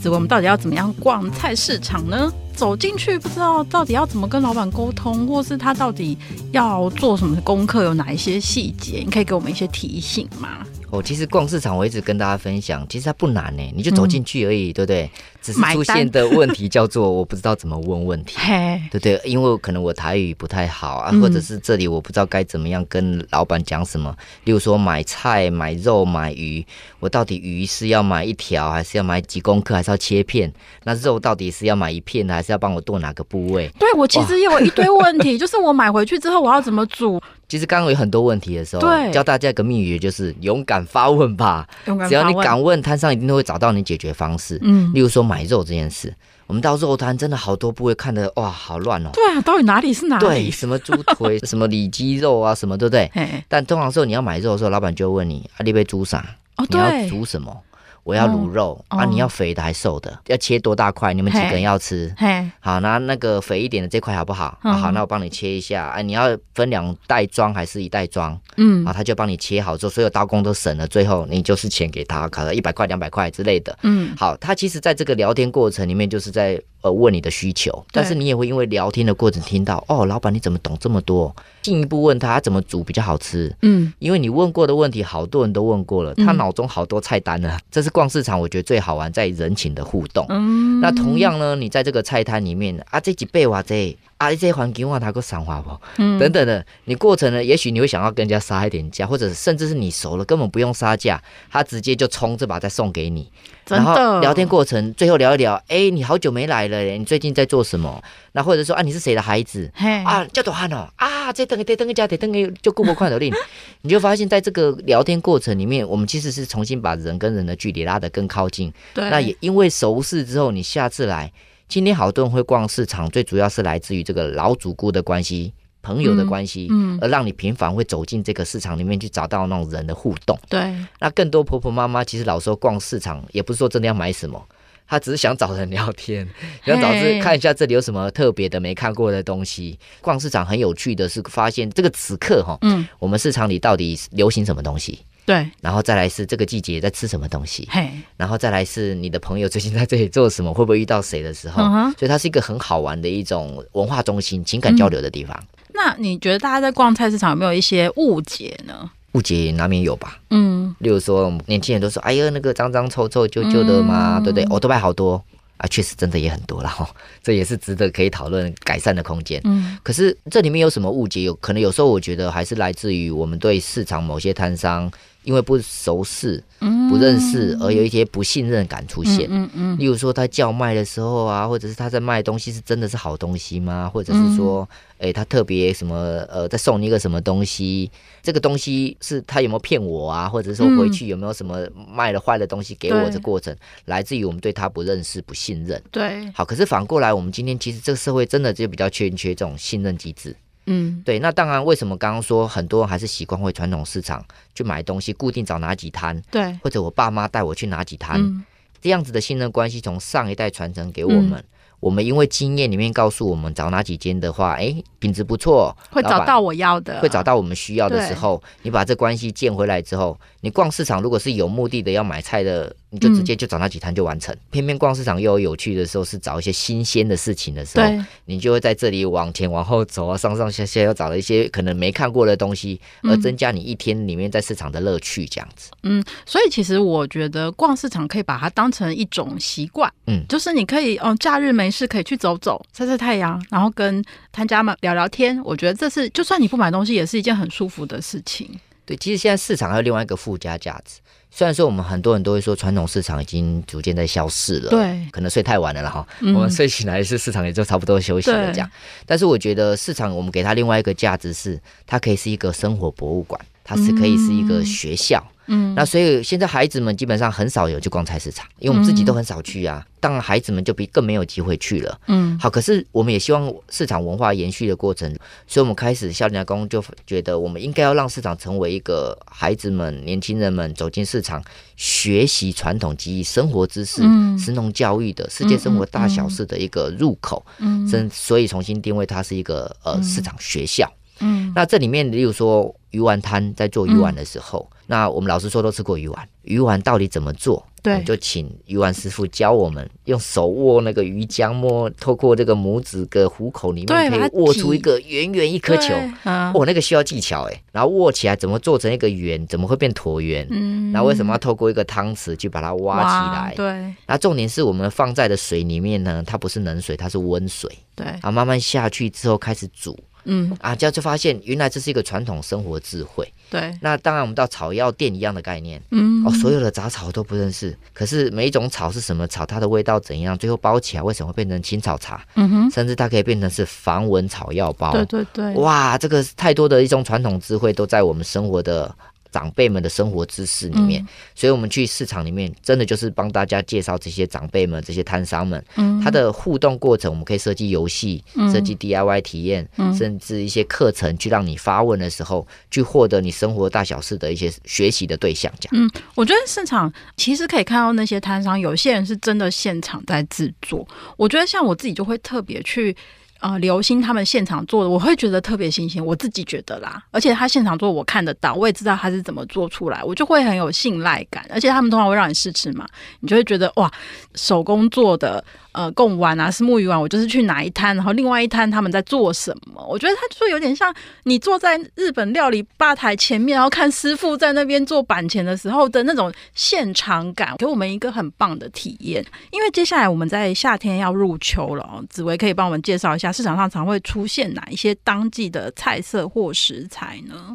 [SPEAKER 1] 子维，我们到底要怎么样逛菜市场呢？走进去不知道到底要怎么跟老板沟通，或是他到底要做什么功课，有哪一些细节，你可以给我们一些提醒吗？
[SPEAKER 2] 哦，其实逛市场我一直跟大家分享，其实它不难呢，你就走进去而已，对不对？只是
[SPEAKER 1] 嗯买
[SPEAKER 2] 出
[SPEAKER 1] 单
[SPEAKER 2] 现的问题叫做 (laughs) 我不知道怎么问问题。
[SPEAKER 1] 嘿，
[SPEAKER 2] 对对，因为可能我台语不太好啊，
[SPEAKER 1] 嗯
[SPEAKER 2] 或者是这里我不知道该怎么样跟老板讲什么。例如说买菜、买肉、买鱼，我到底鱼是要买一条，还是要买几公克，还是要切片？那肉到底是要买一片的，还是要帮我剁哪个部位？
[SPEAKER 1] 对我其实也有一堆问题， (laughs) 就是我买回去之后我要怎么煮？
[SPEAKER 2] 其实刚刚有很多问题的时候
[SPEAKER 1] 对，
[SPEAKER 2] 教大家一个密语，就是勇敢发问吧。
[SPEAKER 1] 勇敢
[SPEAKER 2] 只要
[SPEAKER 1] 发
[SPEAKER 2] 你
[SPEAKER 1] 问，
[SPEAKER 2] 敢问，摊上一定都会找到你解决方式。
[SPEAKER 1] 嗯
[SPEAKER 2] 例，如说买肉这件事，我们到肉摊真的好多部位看的哇，好乱哦。
[SPEAKER 1] 对啊，到底哪里是 (laughs) 哪
[SPEAKER 2] 对，
[SPEAKER 1] 里？
[SPEAKER 2] 什么猪
[SPEAKER 1] (laughs)
[SPEAKER 2] 腿、什么里脊肉啊，什么对不对？
[SPEAKER 1] 嘿，
[SPEAKER 2] 但通常时候你要买肉的时候，老板就会问你啊，你被煮啥？
[SPEAKER 1] 哦，
[SPEAKER 2] 你要
[SPEAKER 1] 对，
[SPEAKER 2] 煮什么？我要卤肉、啊，
[SPEAKER 1] 哦
[SPEAKER 2] 你要肥的还瘦的？要切多大块？你们几个人要吃？
[SPEAKER 1] 嘿，
[SPEAKER 2] 好，那那个肥一点的这块好不好？
[SPEAKER 1] 嗯
[SPEAKER 2] 啊、好，那我帮你切一下。啊，你要分两袋装还是一袋装？
[SPEAKER 1] 嗯
[SPEAKER 2] 啊，他就帮你切好之后，所有刀工都省了，最后你就是钱给他，可能一百块、两百块之类的。
[SPEAKER 1] 嗯，
[SPEAKER 2] 好，他其实在这个聊天过程里面，就是在呃问你的需求，但是你也会因为聊天的过程听到，哦，老板你怎么懂这么多？进一步问他他怎么煮比较好吃，
[SPEAKER 1] 嗯，
[SPEAKER 2] 因为你问过的问题好多人都问过了，他
[SPEAKER 1] 嗯
[SPEAKER 2] 脑中好多菜单了。啊这是逛市场，我觉得最好玩在人情的互动。
[SPEAKER 1] 嗯，
[SPEAKER 2] 那同样呢，你在这个菜单里面啊，这几倍哇这啊，这环境哇，它个赏花不？
[SPEAKER 1] 嗯
[SPEAKER 2] 等等的，你过程呢，也许你会想要跟人家杀一点价，或者甚至是你熟了根本不用杀价，他直接就冲这把再送给你。
[SPEAKER 1] 真
[SPEAKER 2] 然后
[SPEAKER 1] 的
[SPEAKER 2] 聊天过程最后聊一聊，哎、你好久没来了耶，你最近在做什么？那或者说啊，你是谁的孩子？
[SPEAKER 1] 嘿
[SPEAKER 2] 啊，叫大汉哦，啊，这等个这等个家，这等个就顾不快的令， (laughs) 你就发现在这个聊天过程里面，我们其实是重新把人跟人的距离拉得更靠近。
[SPEAKER 1] 对，
[SPEAKER 2] 那也因为熟识之后，你下次来，今天好多人会逛市场，最主要是来自于这个老主顾的关系、朋友的关系，
[SPEAKER 1] 嗯嗯
[SPEAKER 2] 而让你频繁会走进这个市场里面去找到那种人的互动。
[SPEAKER 1] 对，
[SPEAKER 2] 那更多婆婆妈妈其实老说逛市场，也不是说真的要买什么。她只是想找人聊天，想找
[SPEAKER 1] 嘿
[SPEAKER 2] 是看一下这里有什么特别的没看过的东西。逛市场很有趣的是，发现这个此刻哈，
[SPEAKER 1] 嗯，
[SPEAKER 2] 我们市场里到底流行什么东西，
[SPEAKER 1] 对，
[SPEAKER 2] 然后再来是这个季节在吃什么东西，
[SPEAKER 1] 嘿，
[SPEAKER 2] 然后再来是你的朋友最近在这里做什么，会不会遇到谁的时候，
[SPEAKER 1] 嗯哼
[SPEAKER 2] 所以它是一个很好玩的一种文化中心、情感交流的地方。
[SPEAKER 1] 那你觉得大家在逛菜市场有没有一些误解呢？
[SPEAKER 2] 误解难免有吧，
[SPEAKER 1] 嗯，
[SPEAKER 2] 例如说年轻人都说：“哎呀，那个脏脏臭臭、旧旧的
[SPEAKER 1] 嗯
[SPEAKER 2] 嘛，对不对？”哦，都拜好多啊，确实真的也很多了哈、 (laughs) 这也是值得可以讨论改善的空间。
[SPEAKER 1] 嗯，
[SPEAKER 2] 可是这里面有什么误解？有可能有时候我觉得还是来自于我们对市场某些摊商因为不熟识、不认识，而有一些不信任感出现。
[SPEAKER 1] 嗯嗯
[SPEAKER 2] 例如说他叫卖的时候啊，或者是他在卖的东西是真的是好东西吗？或者是说，
[SPEAKER 1] 嗯
[SPEAKER 2] 诶，他特别什么呃，在送你一个什么东西？这个东西是他有没有骗我啊？或者是说
[SPEAKER 1] 嗯
[SPEAKER 2] 回去有没有什么卖了坏的东西给我？
[SPEAKER 1] 对
[SPEAKER 2] 这过程来自于我们对他不认识、不信任。
[SPEAKER 1] 对，
[SPEAKER 2] 好，可是反过来，我们今天其实这个社会真的就比较欠缺这种信任机制。
[SPEAKER 1] 嗯
[SPEAKER 2] 对，那当然，为什么刚刚说很多人还是习惯会传统市场去买东西，固定找哪几摊，
[SPEAKER 1] 对，
[SPEAKER 2] 或者我爸妈带我去哪几摊？
[SPEAKER 1] 嗯
[SPEAKER 2] 这样子的信任关系从上一代传承给我们。我们因为经验里面告诉我们找哪几间的话，诶，品质不错，
[SPEAKER 1] 会
[SPEAKER 2] 老
[SPEAKER 1] 找
[SPEAKER 2] 板
[SPEAKER 1] 到我要的，
[SPEAKER 2] 会找到我们需要的
[SPEAKER 1] 对
[SPEAKER 2] 时候，你把这关系建回来之后，你逛市场如果是有目的的要买菜的，你就直接就找那几摊就完
[SPEAKER 1] 嗯
[SPEAKER 2] 成。偏偏逛市场又有有趣的时候，是找一些新鲜的事情的时候，
[SPEAKER 1] 对，
[SPEAKER 2] 你就会在这里往前往后走啊，上上下下要找了一些可能没看过的东西，而增加你一天里面在市场的乐趣，这样子。
[SPEAKER 1] 嗯，所以其实我觉得逛市场可以把它当成一种习惯，
[SPEAKER 2] 嗯
[SPEAKER 1] 就是你可以，嗯，假日没事可以去走走，晒晒太阳，然后跟摊家们聊聊天。我觉得这是，就算你不买东西，也是一件很舒服的事情。
[SPEAKER 2] 对，其实现在市场还有另外一个附加价值。虽然说我们很多人都会说传统市场已经逐渐在消逝了，
[SPEAKER 1] 对
[SPEAKER 2] 可能睡太晚了啦哈。
[SPEAKER 1] 嗯
[SPEAKER 2] 我们睡醒来是市场也就差不多休息了
[SPEAKER 1] 对
[SPEAKER 2] 这样。但是我觉得市场我们给它另外一个价值是，它可以是一个生活博物馆。它是可以是一个学校。
[SPEAKER 1] 嗯
[SPEAKER 2] 那所以现在孩子们基本上很少有去逛菜市场，因为我们自己都很少去啊，当然孩子们就比更没有机会去了。
[SPEAKER 1] 嗯
[SPEAKER 2] 好，可是我们也希望市场文化延续的过程，所以我们开始笑脸工就觉得我们应该要让市场成为一个孩子们、年轻人们走进市场学习传统技艺、生活知识、
[SPEAKER 1] 嗯
[SPEAKER 2] 神农教育的世界生活大小事的一个入口，
[SPEAKER 1] 嗯
[SPEAKER 2] 真所以重新定位它是一个呃市场学校。
[SPEAKER 1] 嗯
[SPEAKER 2] 那这里面，例如说鱼丸摊在做鱼丸的时候，
[SPEAKER 1] 嗯
[SPEAKER 2] 那我们老师说都吃过鱼丸，鱼丸到底怎么做？
[SPEAKER 1] 对
[SPEAKER 2] 我们就请鱼丸师傅教我们用手握那个鱼浆摸，透过这个拇指的虎口里
[SPEAKER 1] 对
[SPEAKER 2] 面，可
[SPEAKER 1] 把
[SPEAKER 2] 以
[SPEAKER 1] 它
[SPEAKER 2] 握
[SPEAKER 1] 挤
[SPEAKER 2] 出一个圆圆一颗球。
[SPEAKER 1] 啊，
[SPEAKER 2] 哦，那个需要技巧哎，然后握起来怎么做成一个圆，怎么会变椭圆？
[SPEAKER 1] 嗯
[SPEAKER 2] 然后为什么要透过一个汤匙去把它挖起来？
[SPEAKER 1] 对
[SPEAKER 2] 那重点是我们放在的水里面呢，它不是冷水，它是温水
[SPEAKER 1] 对，
[SPEAKER 2] 啊，慢慢下去之后开始煮，
[SPEAKER 1] 嗯
[SPEAKER 2] 啊，这样就发现原来这是一个传统生活智慧。
[SPEAKER 1] 对，
[SPEAKER 2] 那当然，我们到草药店一样的概念
[SPEAKER 1] 嗯
[SPEAKER 2] 哦，所有的杂草都不认识，可是每一种草是什么草，它的味道怎样，最后包起来为什么会变成青草茶，
[SPEAKER 1] 嗯哼，
[SPEAKER 2] 甚至它可以变成是防蚊草药包。
[SPEAKER 1] 对对对，
[SPEAKER 2] 哇，这个太多的一种传统智慧都在我们生活的。长辈们的生活知识里
[SPEAKER 1] 嗯
[SPEAKER 2] 面，所以我们去市场里面，真的就是帮大家介绍这些长辈们、这些摊商们，
[SPEAKER 1] 嗯
[SPEAKER 2] 它的互动过程，我们可以设计游戏、设计 DIY 体验，
[SPEAKER 1] 嗯
[SPEAKER 2] 甚至一些课程，去让你发问的时候，去获得你生活大小事的一些学习的对象。这样，
[SPEAKER 1] 嗯，我觉得市场其实可以看到那些摊商，有些人是真的现场在制作。我觉得像我自己就会特别去呃留心他们现场做的，我会觉得特别新鲜，我自己觉得啦。而且他现场做我看得到，我也知道他是怎么做出来，我就会很有信赖感。而且他们通常会让你试吃嘛，你就会觉得哇，手工做的呃贡丸啊，是木鱼丸，我就是去哪一摊，然后另外一摊他们在做什么。我觉得它就有点像你坐在日本料理吧台前面，然后看师傅在那边做板前的时候的那种现场感，给我们一个很棒的体验。因为接下来我们在夏天要入秋了哦，紫薇可以帮我们介绍一下市场上常会出现哪一些当季的菜色或食材呢？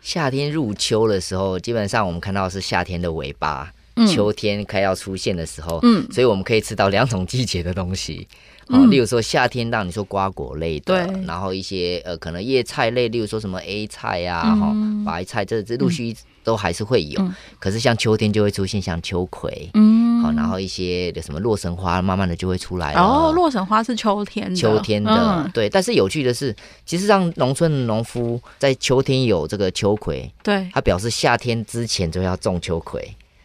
[SPEAKER 2] 夏天入秋的时候，基本上我们看到的是夏天的尾巴，
[SPEAKER 1] 嗯
[SPEAKER 2] 秋天快要出现的时候，
[SPEAKER 1] 嗯
[SPEAKER 2] 所以我们可以吃到两种季节的东西。哦，
[SPEAKER 1] 嗯
[SPEAKER 2] 例如说夏天，让你说瓜果类的
[SPEAKER 1] 对，
[SPEAKER 2] 然后一些呃可能叶菜类，例如说什么 A 菜呀、啊、哈、
[SPEAKER 1] 嗯
[SPEAKER 2] 白菜，这这陆续都还是会有。
[SPEAKER 1] 嗯
[SPEAKER 2] 可是像秋天就会出现像秋葵，哦
[SPEAKER 1] 嗯
[SPEAKER 2] 好、然后一些呃什么洛神花，慢慢的就会出来了。
[SPEAKER 1] 哦，洛神花是秋天的，
[SPEAKER 2] 秋天的、
[SPEAKER 1] 嗯、
[SPEAKER 2] 对，但是有趣的是，其实让农村的农夫在秋天有这个秋葵，
[SPEAKER 1] 对，
[SPEAKER 2] 他表示夏天之前就要种秋葵，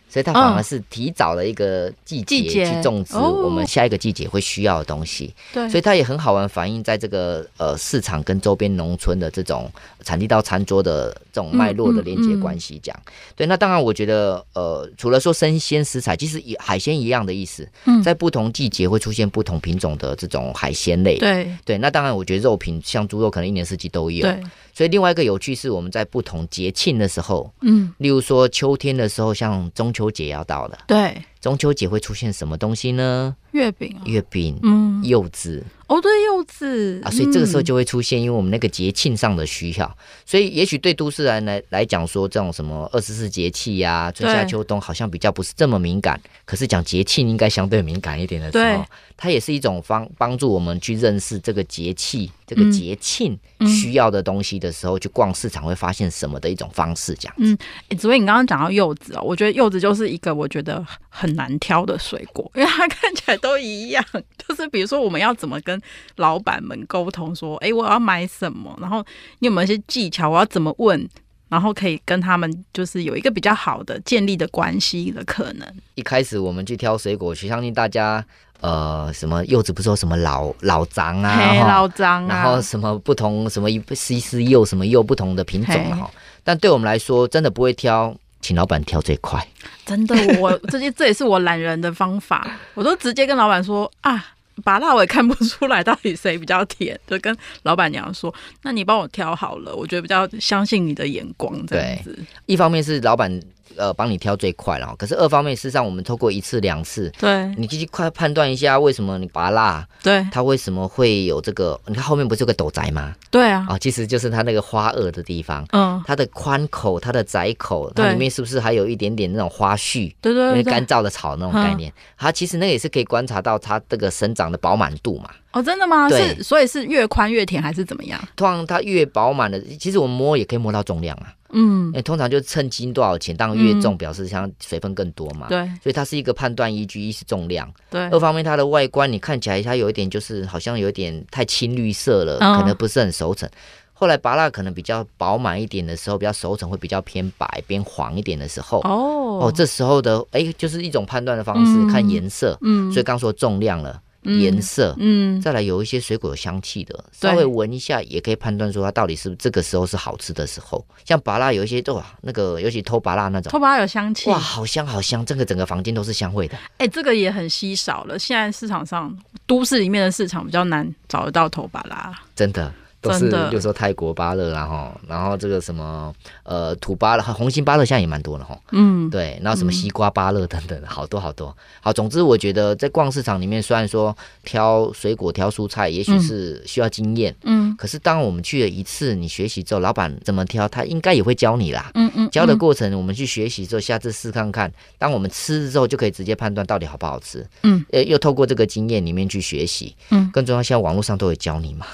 [SPEAKER 2] 所以他反而是提早了一个季
[SPEAKER 1] 嗯季节
[SPEAKER 2] 节去种植
[SPEAKER 1] 哦嗯
[SPEAKER 2] 我们下一个季节会需要的东西，
[SPEAKER 1] 对，
[SPEAKER 2] 所以它也很好玩，反映在这个呃市场跟周边农村的这种产地到餐桌的这种脉
[SPEAKER 1] 嗯
[SPEAKER 2] 络的连接关系。这样、对，那当然我觉得呃，除了说生鲜食材，其实也海鲜一样的意思，
[SPEAKER 1] 嗯
[SPEAKER 2] 在不同季节会出现不同品种的这种海鲜类。
[SPEAKER 1] 对
[SPEAKER 2] 对，那当然，我觉得肉品像猪肉，可能一年四季都有。
[SPEAKER 1] 对，
[SPEAKER 2] 所以另外一个有趣是，我们在不同节庆的时候，
[SPEAKER 1] 嗯，
[SPEAKER 2] 例如说秋天的时候，像中秋节要到了，
[SPEAKER 1] 对，
[SPEAKER 2] 中秋节会出现什么东西呢？
[SPEAKER 1] 月饼、哦，
[SPEAKER 2] 月饼、
[SPEAKER 1] 嗯，
[SPEAKER 2] 柚子
[SPEAKER 1] 哦，对，柚子
[SPEAKER 2] 啊，所以这个时候
[SPEAKER 1] 嗯
[SPEAKER 2] 就会出现，因为我们那个节庆上的需要，所以也许对都市人来来讲说，这种什么二十四节气呀、春夏
[SPEAKER 1] 对
[SPEAKER 2] 秋冬好像比较不是这么敏感，可是讲节庆应该相对敏感一点的时候
[SPEAKER 1] 对，
[SPEAKER 2] 它也是一种方帮助我们去认识这个节气、这个
[SPEAKER 1] 嗯
[SPEAKER 2] 节庆需要的东西的时候，去逛市场会发现什么的一种方式，这样。
[SPEAKER 1] 欸紫薇，你刚刚讲到柚子哦，我觉得柚子就是一个我觉得很难挑的水果，因为它看起来都一样。就是比如说，我们要怎么跟老板们沟通说，哎、我要买什么？然后你有没有一些技巧？我要怎么问？然后可以跟他们就是有一个比较好的建立的关系的可能。
[SPEAKER 2] 一开始我们去挑水果去，相信大家呃什么柚子不是有什么老老张啊，
[SPEAKER 1] 嘿，
[SPEAKER 2] 哈
[SPEAKER 1] 老张
[SPEAKER 2] 然后
[SPEAKER 1] 啊，
[SPEAKER 2] 什么不同什么一西施柚什么柚不同的品种
[SPEAKER 1] 嘿
[SPEAKER 2] 啊哈，但对我们来说真的不会挑，请老板挑最快。
[SPEAKER 1] 真的，我这些这也是我懒人的方法，我都直接跟老板说啊。拔辣我也看不出来到底谁比较甜，就跟老板娘说：“那你帮我挑好了，我觉得比较相信你的眼光这样子。
[SPEAKER 2] 一方面是老板呃帮你挑最快了，可是二方面事实上我们透过一次两次。
[SPEAKER 1] 对”
[SPEAKER 2] 你自己快判断一下，为什么你拔蜡，
[SPEAKER 1] 对对
[SPEAKER 2] 它为什么会有这个？你看后面不是有个斗宅吗？
[SPEAKER 1] 啊，
[SPEAKER 2] 啊，其实就是它那个花萼的地方，
[SPEAKER 1] 嗯，
[SPEAKER 2] 它的宽口、它的窄口，
[SPEAKER 1] 对
[SPEAKER 2] 它里面是不是还有一点点那种花絮？
[SPEAKER 1] 对
[SPEAKER 2] 因
[SPEAKER 1] 对对嗯
[SPEAKER 2] 为干
[SPEAKER 1] 对，
[SPEAKER 2] 燥的草那种概念，它其实那个也是可以观察到它这个生长的饱满度嘛。
[SPEAKER 1] 哦，真的吗？
[SPEAKER 2] 对
[SPEAKER 1] 是，所以是越宽越甜还是怎么样？
[SPEAKER 2] 通常它越饱满的，其实我们摸也可以摸到重量啊。
[SPEAKER 1] 嗯
[SPEAKER 2] 哎、，通常就称斤多少钱，当然越重
[SPEAKER 1] 嗯
[SPEAKER 2] 表示像水分更多嘛。
[SPEAKER 1] 对
[SPEAKER 2] 所以它是一个判断依据，一是重量，
[SPEAKER 1] 对
[SPEAKER 2] 二，方面它的外观你看起来它有一点就是好像有一点太青绿色了，
[SPEAKER 1] 嗯
[SPEAKER 2] 可能不是很熟成。后来拔蜡可能比较饱满一点的时候，比较熟成会比较偏白、偏黄一点的时候，
[SPEAKER 1] 哦
[SPEAKER 2] 哦，这时候的哎、就是一种判断的方式，
[SPEAKER 1] 嗯
[SPEAKER 2] 看颜色。
[SPEAKER 1] 嗯，
[SPEAKER 2] 所以刚说重量了，
[SPEAKER 1] 嗯
[SPEAKER 2] 颜色，
[SPEAKER 1] 嗯
[SPEAKER 2] 再来有一些水果有香气的，
[SPEAKER 1] 对
[SPEAKER 2] 稍微闻一下也可以判断说它到底是不是这个时候是好吃的时候。像拔蜡有一些哇，那个尤其偷拔蜡那种
[SPEAKER 1] 头，发有香气
[SPEAKER 2] 哇，，好香好香，这个整个房间都是香味的。
[SPEAKER 1] 哎、这个也很稀少了。现在市场上，都市里面的市场比较难找得到头发啦。
[SPEAKER 2] 真的。都是
[SPEAKER 1] 真的
[SPEAKER 2] 比如说泰国芭乐啦哈，然后这个什么呃土芭乐、红心芭乐现在也蛮多了哈，
[SPEAKER 1] 嗯，
[SPEAKER 2] 对，然后什么
[SPEAKER 1] 嗯
[SPEAKER 2] 西瓜芭乐等等，好多好多。好，总之我觉得在逛市场里面，虽然说挑水果、挑蔬菜，也许
[SPEAKER 1] 嗯
[SPEAKER 2] 是需要经验，
[SPEAKER 1] 嗯
[SPEAKER 2] 可是当我们去了一次，你学习之后，老板怎么挑，他应该也会教你啦。
[SPEAKER 1] 嗯嗯，
[SPEAKER 2] 教的过程，我们去学习之后，下次试看看。当我们吃了之后，就可以直接判断到底好不好吃。
[SPEAKER 1] 嗯，
[SPEAKER 2] 呃，又透过这个经验里面去学习。
[SPEAKER 1] 嗯
[SPEAKER 2] 更重要，现在网络上都有教你 (laughs) 嘛，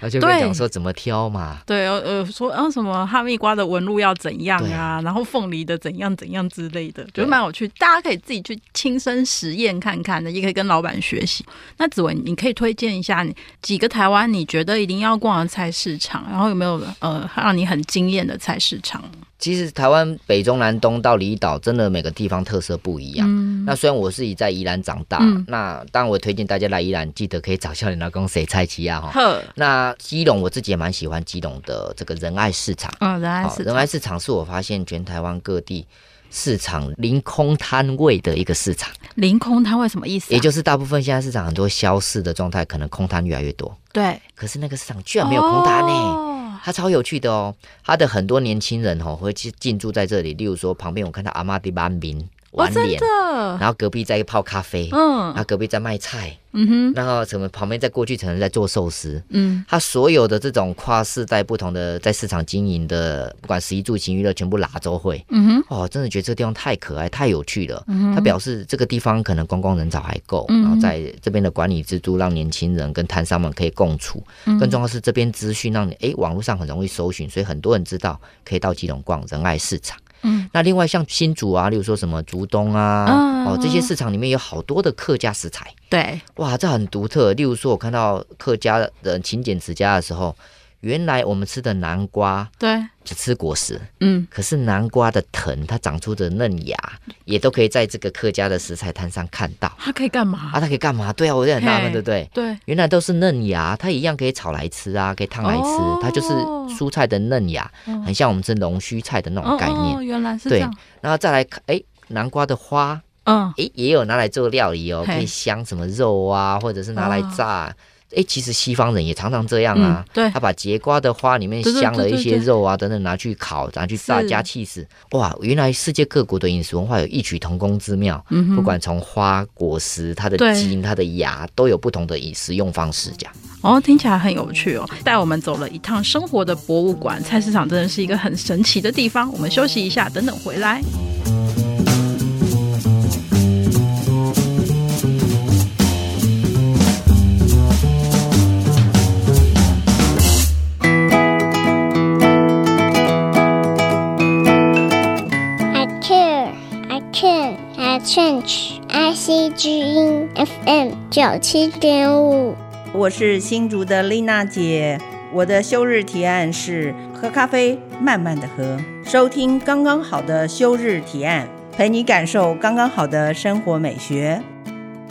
[SPEAKER 2] 而且跟你
[SPEAKER 1] 对
[SPEAKER 2] 讲说怎么挑嘛。
[SPEAKER 1] 对，呃呃，说啊什么哈密瓜的纹路要怎样
[SPEAKER 2] 对
[SPEAKER 1] 啊，然后凤梨的怎样怎样之类的，觉
[SPEAKER 2] 对
[SPEAKER 1] 得蛮有趣，大家可以自己去亲身实验看看的，也可以跟老板学习。那子文，你可以推荐一下你几个台湾你觉得一定要逛的菜市场，然后有没有呃让你很惊艳的菜市场？
[SPEAKER 2] 其实台湾北中南东到离岛，真的每个地方特色不一样。
[SPEAKER 1] 嗯
[SPEAKER 2] 那虽然我自己在宜兰长大，
[SPEAKER 1] 嗯
[SPEAKER 2] 那当然我推荐大家来宜兰，记得可以找笑脸老公谁菜奇亚哈。
[SPEAKER 1] 呵，
[SPEAKER 2] 那基隆我自己也蛮喜欢基隆的这个仁爱市场。
[SPEAKER 1] 嗯，仁爱
[SPEAKER 2] 好，
[SPEAKER 1] 市
[SPEAKER 2] 仁
[SPEAKER 1] 场，
[SPEAKER 2] 爱市场是我发现全台湾各地市场凌空摊位的一个市场，
[SPEAKER 1] 凌空摊位什么意思、啊？
[SPEAKER 2] 也就是大部分现在市场很多消失的状态，可能空摊越来越多。
[SPEAKER 1] 对，
[SPEAKER 2] 可是那个市场居然没有空摊呢、
[SPEAKER 1] 哦
[SPEAKER 2] 它超有趣的哦，它的很多年轻人哦会去进驻在这里，例如说旁边我看到阿妈的班民
[SPEAKER 1] 哦，
[SPEAKER 2] 玩
[SPEAKER 1] 真
[SPEAKER 2] 脸，
[SPEAKER 1] 的，
[SPEAKER 2] 然后隔壁在泡咖啡，然后
[SPEAKER 1] 嗯
[SPEAKER 2] 隔壁在卖菜，
[SPEAKER 1] 嗯哼，
[SPEAKER 2] 然后什么旁边在过去可能在做寿司，
[SPEAKER 1] 嗯
[SPEAKER 2] 它所有的这种跨世代不同的在市场经营的，不管食衣住行娱乐，全部拉州会。
[SPEAKER 1] 嗯哼，
[SPEAKER 2] 哦，真的觉得这个地方太可爱、太有趣了。他表示这个地方可能观光人潮还够，
[SPEAKER 1] 嗯
[SPEAKER 2] 然后在这边的管理制度让年轻人跟摊商们可以共处。
[SPEAKER 1] 嗯
[SPEAKER 2] 更重要是这边资讯让你诶网络上很容易搜寻，所以很多人知道可以到基隆逛仁爱市场。
[SPEAKER 1] 嗯，
[SPEAKER 2] 那另外像新竹啊，例如说什么竹东啊，
[SPEAKER 1] 嗯
[SPEAKER 2] 哦这些市场里面有好多的客家食材。
[SPEAKER 1] 对，
[SPEAKER 2] 哇，这很独特。例如说，我看到客家人勤俭持家的时候，原来我们吃的南瓜
[SPEAKER 1] 对，
[SPEAKER 2] 只吃果实，
[SPEAKER 1] 嗯，
[SPEAKER 2] 可是南瓜的藤它长出的嫩芽，也都可以在这个客家的食材摊上看到。
[SPEAKER 1] 它可以干嘛？
[SPEAKER 2] 啊，它可以干嘛？对啊，我觉得很纳闷，
[SPEAKER 1] 嘿
[SPEAKER 2] 对不对？
[SPEAKER 1] 对，
[SPEAKER 2] 原来都是嫩芽，它一样可以炒来吃啊，可以烫来吃，
[SPEAKER 1] 哦
[SPEAKER 2] 它就是蔬菜的嫩芽，
[SPEAKER 1] 哦
[SPEAKER 2] 很像我们吃龙须菜的那种概念。
[SPEAKER 1] 哦哦，原来是这
[SPEAKER 2] 对
[SPEAKER 1] 样。
[SPEAKER 2] 然后再来看，哎，南瓜的花
[SPEAKER 1] 嗯，
[SPEAKER 2] 诶，也有拿来做料理哦，
[SPEAKER 1] 嘿哦
[SPEAKER 2] 可以香什么肉啊，或者是拿来炸。诶，其实西方人也常常这样啊
[SPEAKER 1] 嗯，对
[SPEAKER 2] 他把节瓜的花里面
[SPEAKER 1] 对对
[SPEAKER 2] 香了一
[SPEAKER 1] 对对
[SPEAKER 2] 些
[SPEAKER 1] 对
[SPEAKER 2] 肉啊等等拿去烤，拿去炸
[SPEAKER 1] 是
[SPEAKER 2] 加气死。哇，原来世界各国的饮食文化有异曲同工之妙，
[SPEAKER 1] 嗯哼
[SPEAKER 2] 不管从花、果实、它的
[SPEAKER 1] 对
[SPEAKER 2] 茎、它的芽，都有不同的饮食用方式。这样，
[SPEAKER 1] 哦，听起来很有趣哦。带我们走了一趟生活的博物馆，菜市场真的是一个很神奇的地方。我们休息一下，等等回来。
[SPEAKER 3] I care, I can, I change, I C G 音 FM 九七点五。
[SPEAKER 7] 我是新竹的丽娜姐，我的休日提案是喝咖啡，慢慢的喝，收听刚刚好的休日提案，陪你感受刚刚好的生活美学。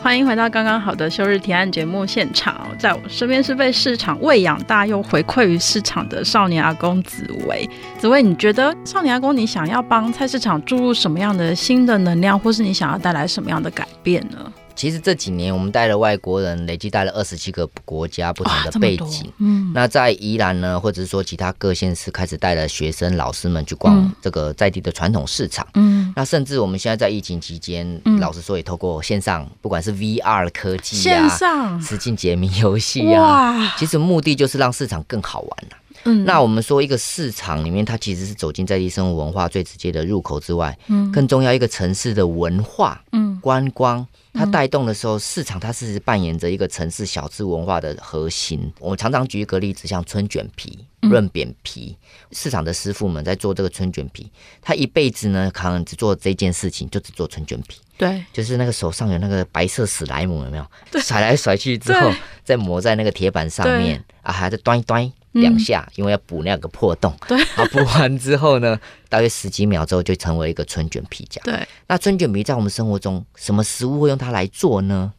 [SPEAKER 1] 欢迎回到刚刚好的休日提案节目现场哦，在我身边是被市场喂养大又回馈于市场的少年阿公紫薇。紫薇，你觉得少年阿公，你想要帮菜市场注入什么样的新的能量，或是你想要带来什么样的改变呢？
[SPEAKER 2] 其实这几年我们带了外国人，累计带了二十七个国家不同
[SPEAKER 1] 哇，啊
[SPEAKER 2] 的
[SPEAKER 1] 这么
[SPEAKER 2] 背
[SPEAKER 1] 多
[SPEAKER 2] 景。，
[SPEAKER 1] 嗯，
[SPEAKER 2] 那在宜兰呢，或者是说其他各县市开始带了学生、老师们去逛
[SPEAKER 1] 嗯
[SPEAKER 2] 这个在地的传统市场。
[SPEAKER 1] 嗯，
[SPEAKER 2] 那甚至我们现在在疫情期间，
[SPEAKER 1] 嗯
[SPEAKER 2] 老实说也透过线上，不管是 VR 科技
[SPEAKER 1] 线
[SPEAKER 2] 啊、
[SPEAKER 1] 上
[SPEAKER 2] 实境解谜游戏啊，
[SPEAKER 1] 哇，
[SPEAKER 2] 其实目的就是让市场更好玩啊。
[SPEAKER 1] 嗯
[SPEAKER 2] 那我们说一个市场里面，它其实是走进在地生活文化最直接的入口之外，
[SPEAKER 1] 嗯
[SPEAKER 2] 更重要一个城市的文化
[SPEAKER 1] 嗯
[SPEAKER 2] 观光，它带动的时候，市场它是扮演着一个城市小吃文化的核心。我常常举一个例子，像春卷皮、
[SPEAKER 1] 嗯
[SPEAKER 2] 润扁皮，市场的师傅们在做这个春卷皮，他一辈子呢可能只做这件事情，就只做春卷皮。
[SPEAKER 1] 对
[SPEAKER 2] 就是那个手上有那个白色史莱姆，有没有？甩来甩去之后
[SPEAKER 1] 对，
[SPEAKER 2] 再磨在那个铁板上面啊，还在端一端
[SPEAKER 1] 嗯
[SPEAKER 2] 两下，因为要补那个破洞。
[SPEAKER 1] 对
[SPEAKER 2] 啊，补完之后呢，大约十几秒之后就成为一个春卷皮夹。
[SPEAKER 1] 对
[SPEAKER 2] 那春卷皮在我们生活中，什么食物会用它来做呢？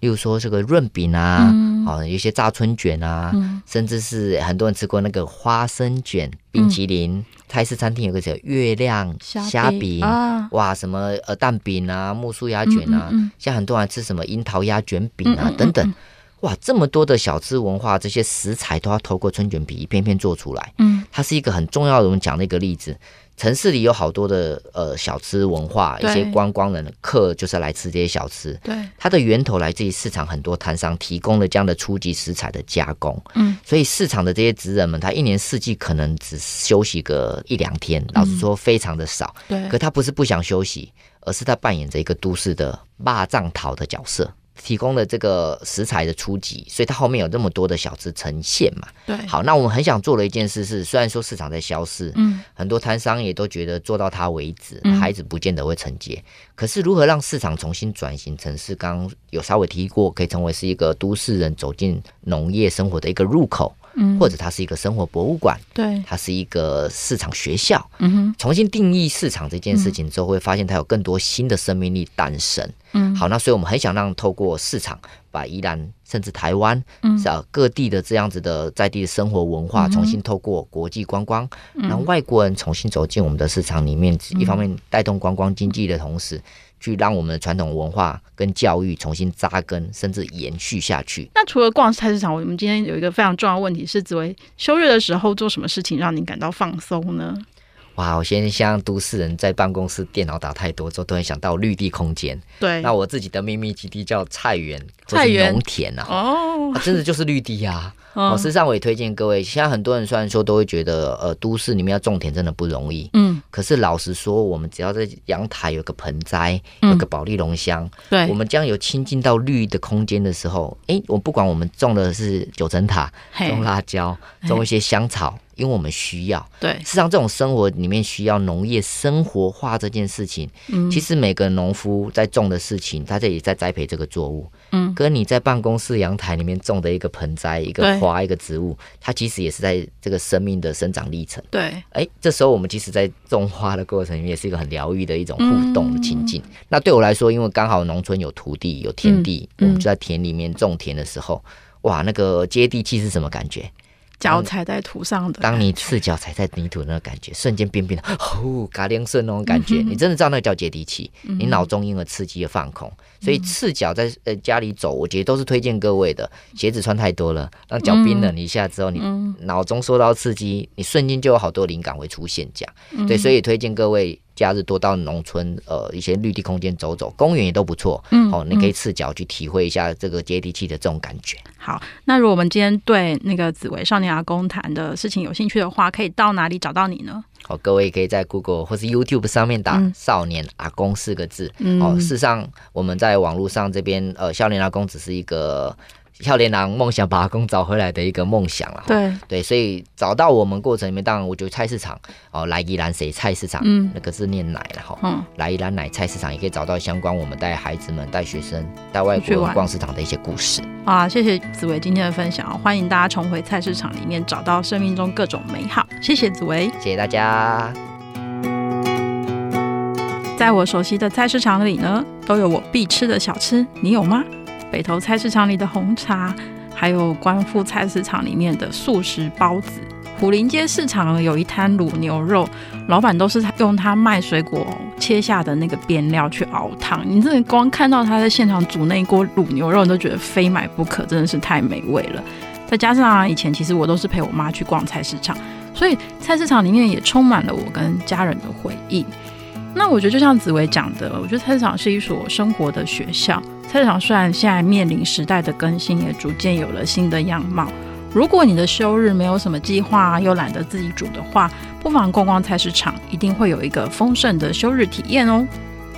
[SPEAKER 2] 例如说这个润饼啊，
[SPEAKER 1] 嗯
[SPEAKER 2] 哦，有一些炸春卷啊，
[SPEAKER 1] 嗯
[SPEAKER 2] 甚至是很多人吃过那个花生卷、冰淇淋。
[SPEAKER 1] 嗯
[SPEAKER 2] 泰式餐厅有个叫月亮虾饼
[SPEAKER 1] 啊，
[SPEAKER 2] 哇，什么呃蛋饼啊、木薯鸭卷啊，
[SPEAKER 1] 嗯嗯嗯
[SPEAKER 2] 像很多人吃什么樱桃鸭卷饼啊
[SPEAKER 1] 嗯嗯嗯
[SPEAKER 2] 等等，哇，这么多的小吃文化，这些食材都要透过春卷皮一片片做出来，
[SPEAKER 1] 嗯
[SPEAKER 2] 它是一个很重要的我们讲的一个例子。城市里有好多的呃小吃文化，一
[SPEAKER 1] 对
[SPEAKER 2] 些观光人的客就是来吃这些小吃，
[SPEAKER 1] 对
[SPEAKER 2] 它的源头来自于市场很多摊商提供了这样的初级食材的加工，
[SPEAKER 1] 嗯，
[SPEAKER 2] 所以市场的这些职人们，他一年四季可能只休息个一两天，老实说非常的少，
[SPEAKER 1] 嗯对
[SPEAKER 2] 可他不是不想休息，而是他扮演着一个都市的霸占桃的角色，提供了这个食材的初级，所以他后面有那么多的小吃呈现嘛。
[SPEAKER 1] 对，
[SPEAKER 2] 好，那我们很想做的一件事是，虽然说市场在消失，
[SPEAKER 1] 嗯
[SPEAKER 2] 很多摊商也都觉得做到它为止
[SPEAKER 1] 嗯，
[SPEAKER 2] 孩子不见得会承接。可是如何让市场重新转型成是刚刚有稍微提过，可以成为是一个都市人走进农业生活的一个入口，
[SPEAKER 1] 嗯，
[SPEAKER 2] 或者它是一个生活博物馆，
[SPEAKER 1] 对，
[SPEAKER 2] 它是一个市场学校，
[SPEAKER 1] 嗯哼，
[SPEAKER 2] 重新定义市场这件事情之后，会发现它有更多新的生命力诞生。
[SPEAKER 1] 嗯，
[SPEAKER 2] 好，那所以我们很想让透过市场，把宜兰甚至台湾，
[SPEAKER 1] 嗯
[SPEAKER 2] 是啊各地的这样子的在地的生活文化，重新透过国际观光，
[SPEAKER 1] 嗯
[SPEAKER 2] 让外国人重新走进我们的市场里面。一方面带动观光经济的同时，去让我们的传统文化跟教育重新扎根，甚至延续下去。
[SPEAKER 1] 那除了逛菜市场，我们今天有一个非常重要的问题是：紫薇休日的时候做什么事情让你感到放松呢？
[SPEAKER 2] 哇，我现在像都市人在办公室电脑打太多之后，突然想到绿地空间。
[SPEAKER 1] 对，
[SPEAKER 2] 那我自己的秘密基地叫菜园，或是
[SPEAKER 1] 菜园
[SPEAKER 2] 农田啊。
[SPEAKER 1] 哦，
[SPEAKER 2] 啊真的就是绿地
[SPEAKER 1] (laughs)
[SPEAKER 2] 啊！
[SPEAKER 1] 嗯
[SPEAKER 2] 哦，事实上我也推荐各位，现在很多人虽然说都会觉得，呃，都市里面要种田真的不容易，
[SPEAKER 1] 嗯，
[SPEAKER 2] 可是老实说，我们只要在阳台有个盆栽，
[SPEAKER 1] 嗯哎
[SPEAKER 2] 有个保利龙箱，
[SPEAKER 1] 对，
[SPEAKER 2] 我们将有亲近到绿的空间的时候，诶，我不管我们种的是九层塔，
[SPEAKER 1] 嘿
[SPEAKER 2] 种辣椒，
[SPEAKER 1] 哎
[SPEAKER 2] 种一些香草，因为我们需要。
[SPEAKER 1] 对，
[SPEAKER 2] 事实上，这种生活里面需要农业生活化这件事情，
[SPEAKER 1] 嗯
[SPEAKER 2] 其实每个农夫在种的事情，他这里在栽培这个作物，
[SPEAKER 1] 嗯
[SPEAKER 2] 跟你在办公室阳台里面种的一个盆栽、一
[SPEAKER 1] 对
[SPEAKER 2] 个花、一个植物，它其实也是在这个生命的生长历程。
[SPEAKER 1] 对，
[SPEAKER 2] 哎，这时候我们其实，在种花的过程里面，也是一个很疗愈的一种互动的情境。那对我来说，因为刚好农村有土地、有田地，
[SPEAKER 1] 嗯
[SPEAKER 2] 我们就在田里面种田的时候，哇，那个接地气是什么感觉？
[SPEAKER 1] 脚踩在土上的，
[SPEAKER 2] 当你赤脚踩在泥土那个感觉，瞬间变变得哦，嘎铃顺那种感觉，
[SPEAKER 1] 嗯
[SPEAKER 2] 你真的知道那个叫接地气。你脑中因而刺激而放
[SPEAKER 1] 嗯
[SPEAKER 2] 空，所以赤脚在呃家里走，我觉得都是推荐各位的。鞋子穿太多了，让脚冰冷一下之后，你
[SPEAKER 1] 嗯
[SPEAKER 2] 脑中受到刺激，你瞬间就有好多灵感会出现这样。
[SPEAKER 1] 嗯
[SPEAKER 2] 对，所以也推荐各位假日多到农村呃一些绿地空间走走，公园也都不错。
[SPEAKER 1] 嗯
[SPEAKER 2] 哦，你可以赤脚去体会一下这个接地气的这种感觉。
[SPEAKER 1] 好，那如果我们今天对那个紫薇少年阿公谈的事情有兴趣的话，可以到哪里找到你呢？
[SPEAKER 2] 哦，各位可以在 Google 或是 YouTube 上面打
[SPEAKER 1] 嗯
[SPEAKER 2] “少年阿公”四个字。
[SPEAKER 1] 嗯
[SPEAKER 2] 哦，事实上我们在网络上这边，呃，少年阿公只是一个少年郎梦想把阿公找回来的一个梦想了。
[SPEAKER 1] 对，
[SPEAKER 2] 对，所以找到我们过程里面，当然我觉得菜市场哦，来宜兰谁菜市场，
[SPEAKER 1] 嗯
[SPEAKER 2] 那个字念奶了哈。
[SPEAKER 1] 嗯，
[SPEAKER 2] 来宜兰奶菜市场也可以找到相关我们带孩子们、带学生、带外
[SPEAKER 1] 出去
[SPEAKER 2] 国
[SPEAKER 1] 玩
[SPEAKER 2] 人逛市场的一些故事。
[SPEAKER 1] 好啊，谢谢紫薇今天的分享，欢迎大家重回菜市场里面找到生命中各种美好。谢谢紫薇。
[SPEAKER 2] 谢谢大家。
[SPEAKER 1] 在我熟悉的菜市场里呢，都有我必吃的小吃，你有吗？北投菜市场里的红茶，还有官复菜市场里面的素食包子。虎林街市场有一摊卤牛肉，老板都是用他卖水果切下的那个边料去熬汤。你真的光看到他在现场煮那一锅卤牛肉，你都觉得非买不可，真的是太美味了。再加上、啊、以前其实我都是陪我妈去逛菜市场，所以菜市场里面也充满了我跟家人的回忆。那我觉得就像紫薇讲的，我觉得菜市场是一所生活的学校。菜市场虽然现在面临时代的更新，也逐渐有了新的样貌，如果你的休日没有什么计划，又懒得自己煮的话，不妨逛逛菜市场，一定会有一个丰盛的休日体验哦。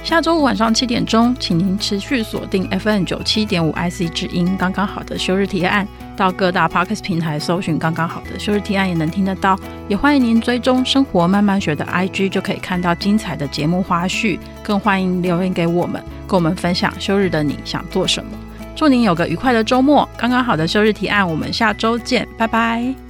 [SPEAKER 1] 下周五晚上七点钟，请您持续锁定 FM 九七点五 IC 之音，刚刚好的休日体验案，到各大 Podcast 平台搜寻“刚刚好的休日提案”也能听得到。也欢迎您追踪“生活慢慢学”的 IG，就可以看到精彩的节目花絮。更欢迎留言给我们，跟我们分享休日的你想做什么。祝您有个愉快的周末，刚刚好的休日提案，我们下周见，拜拜。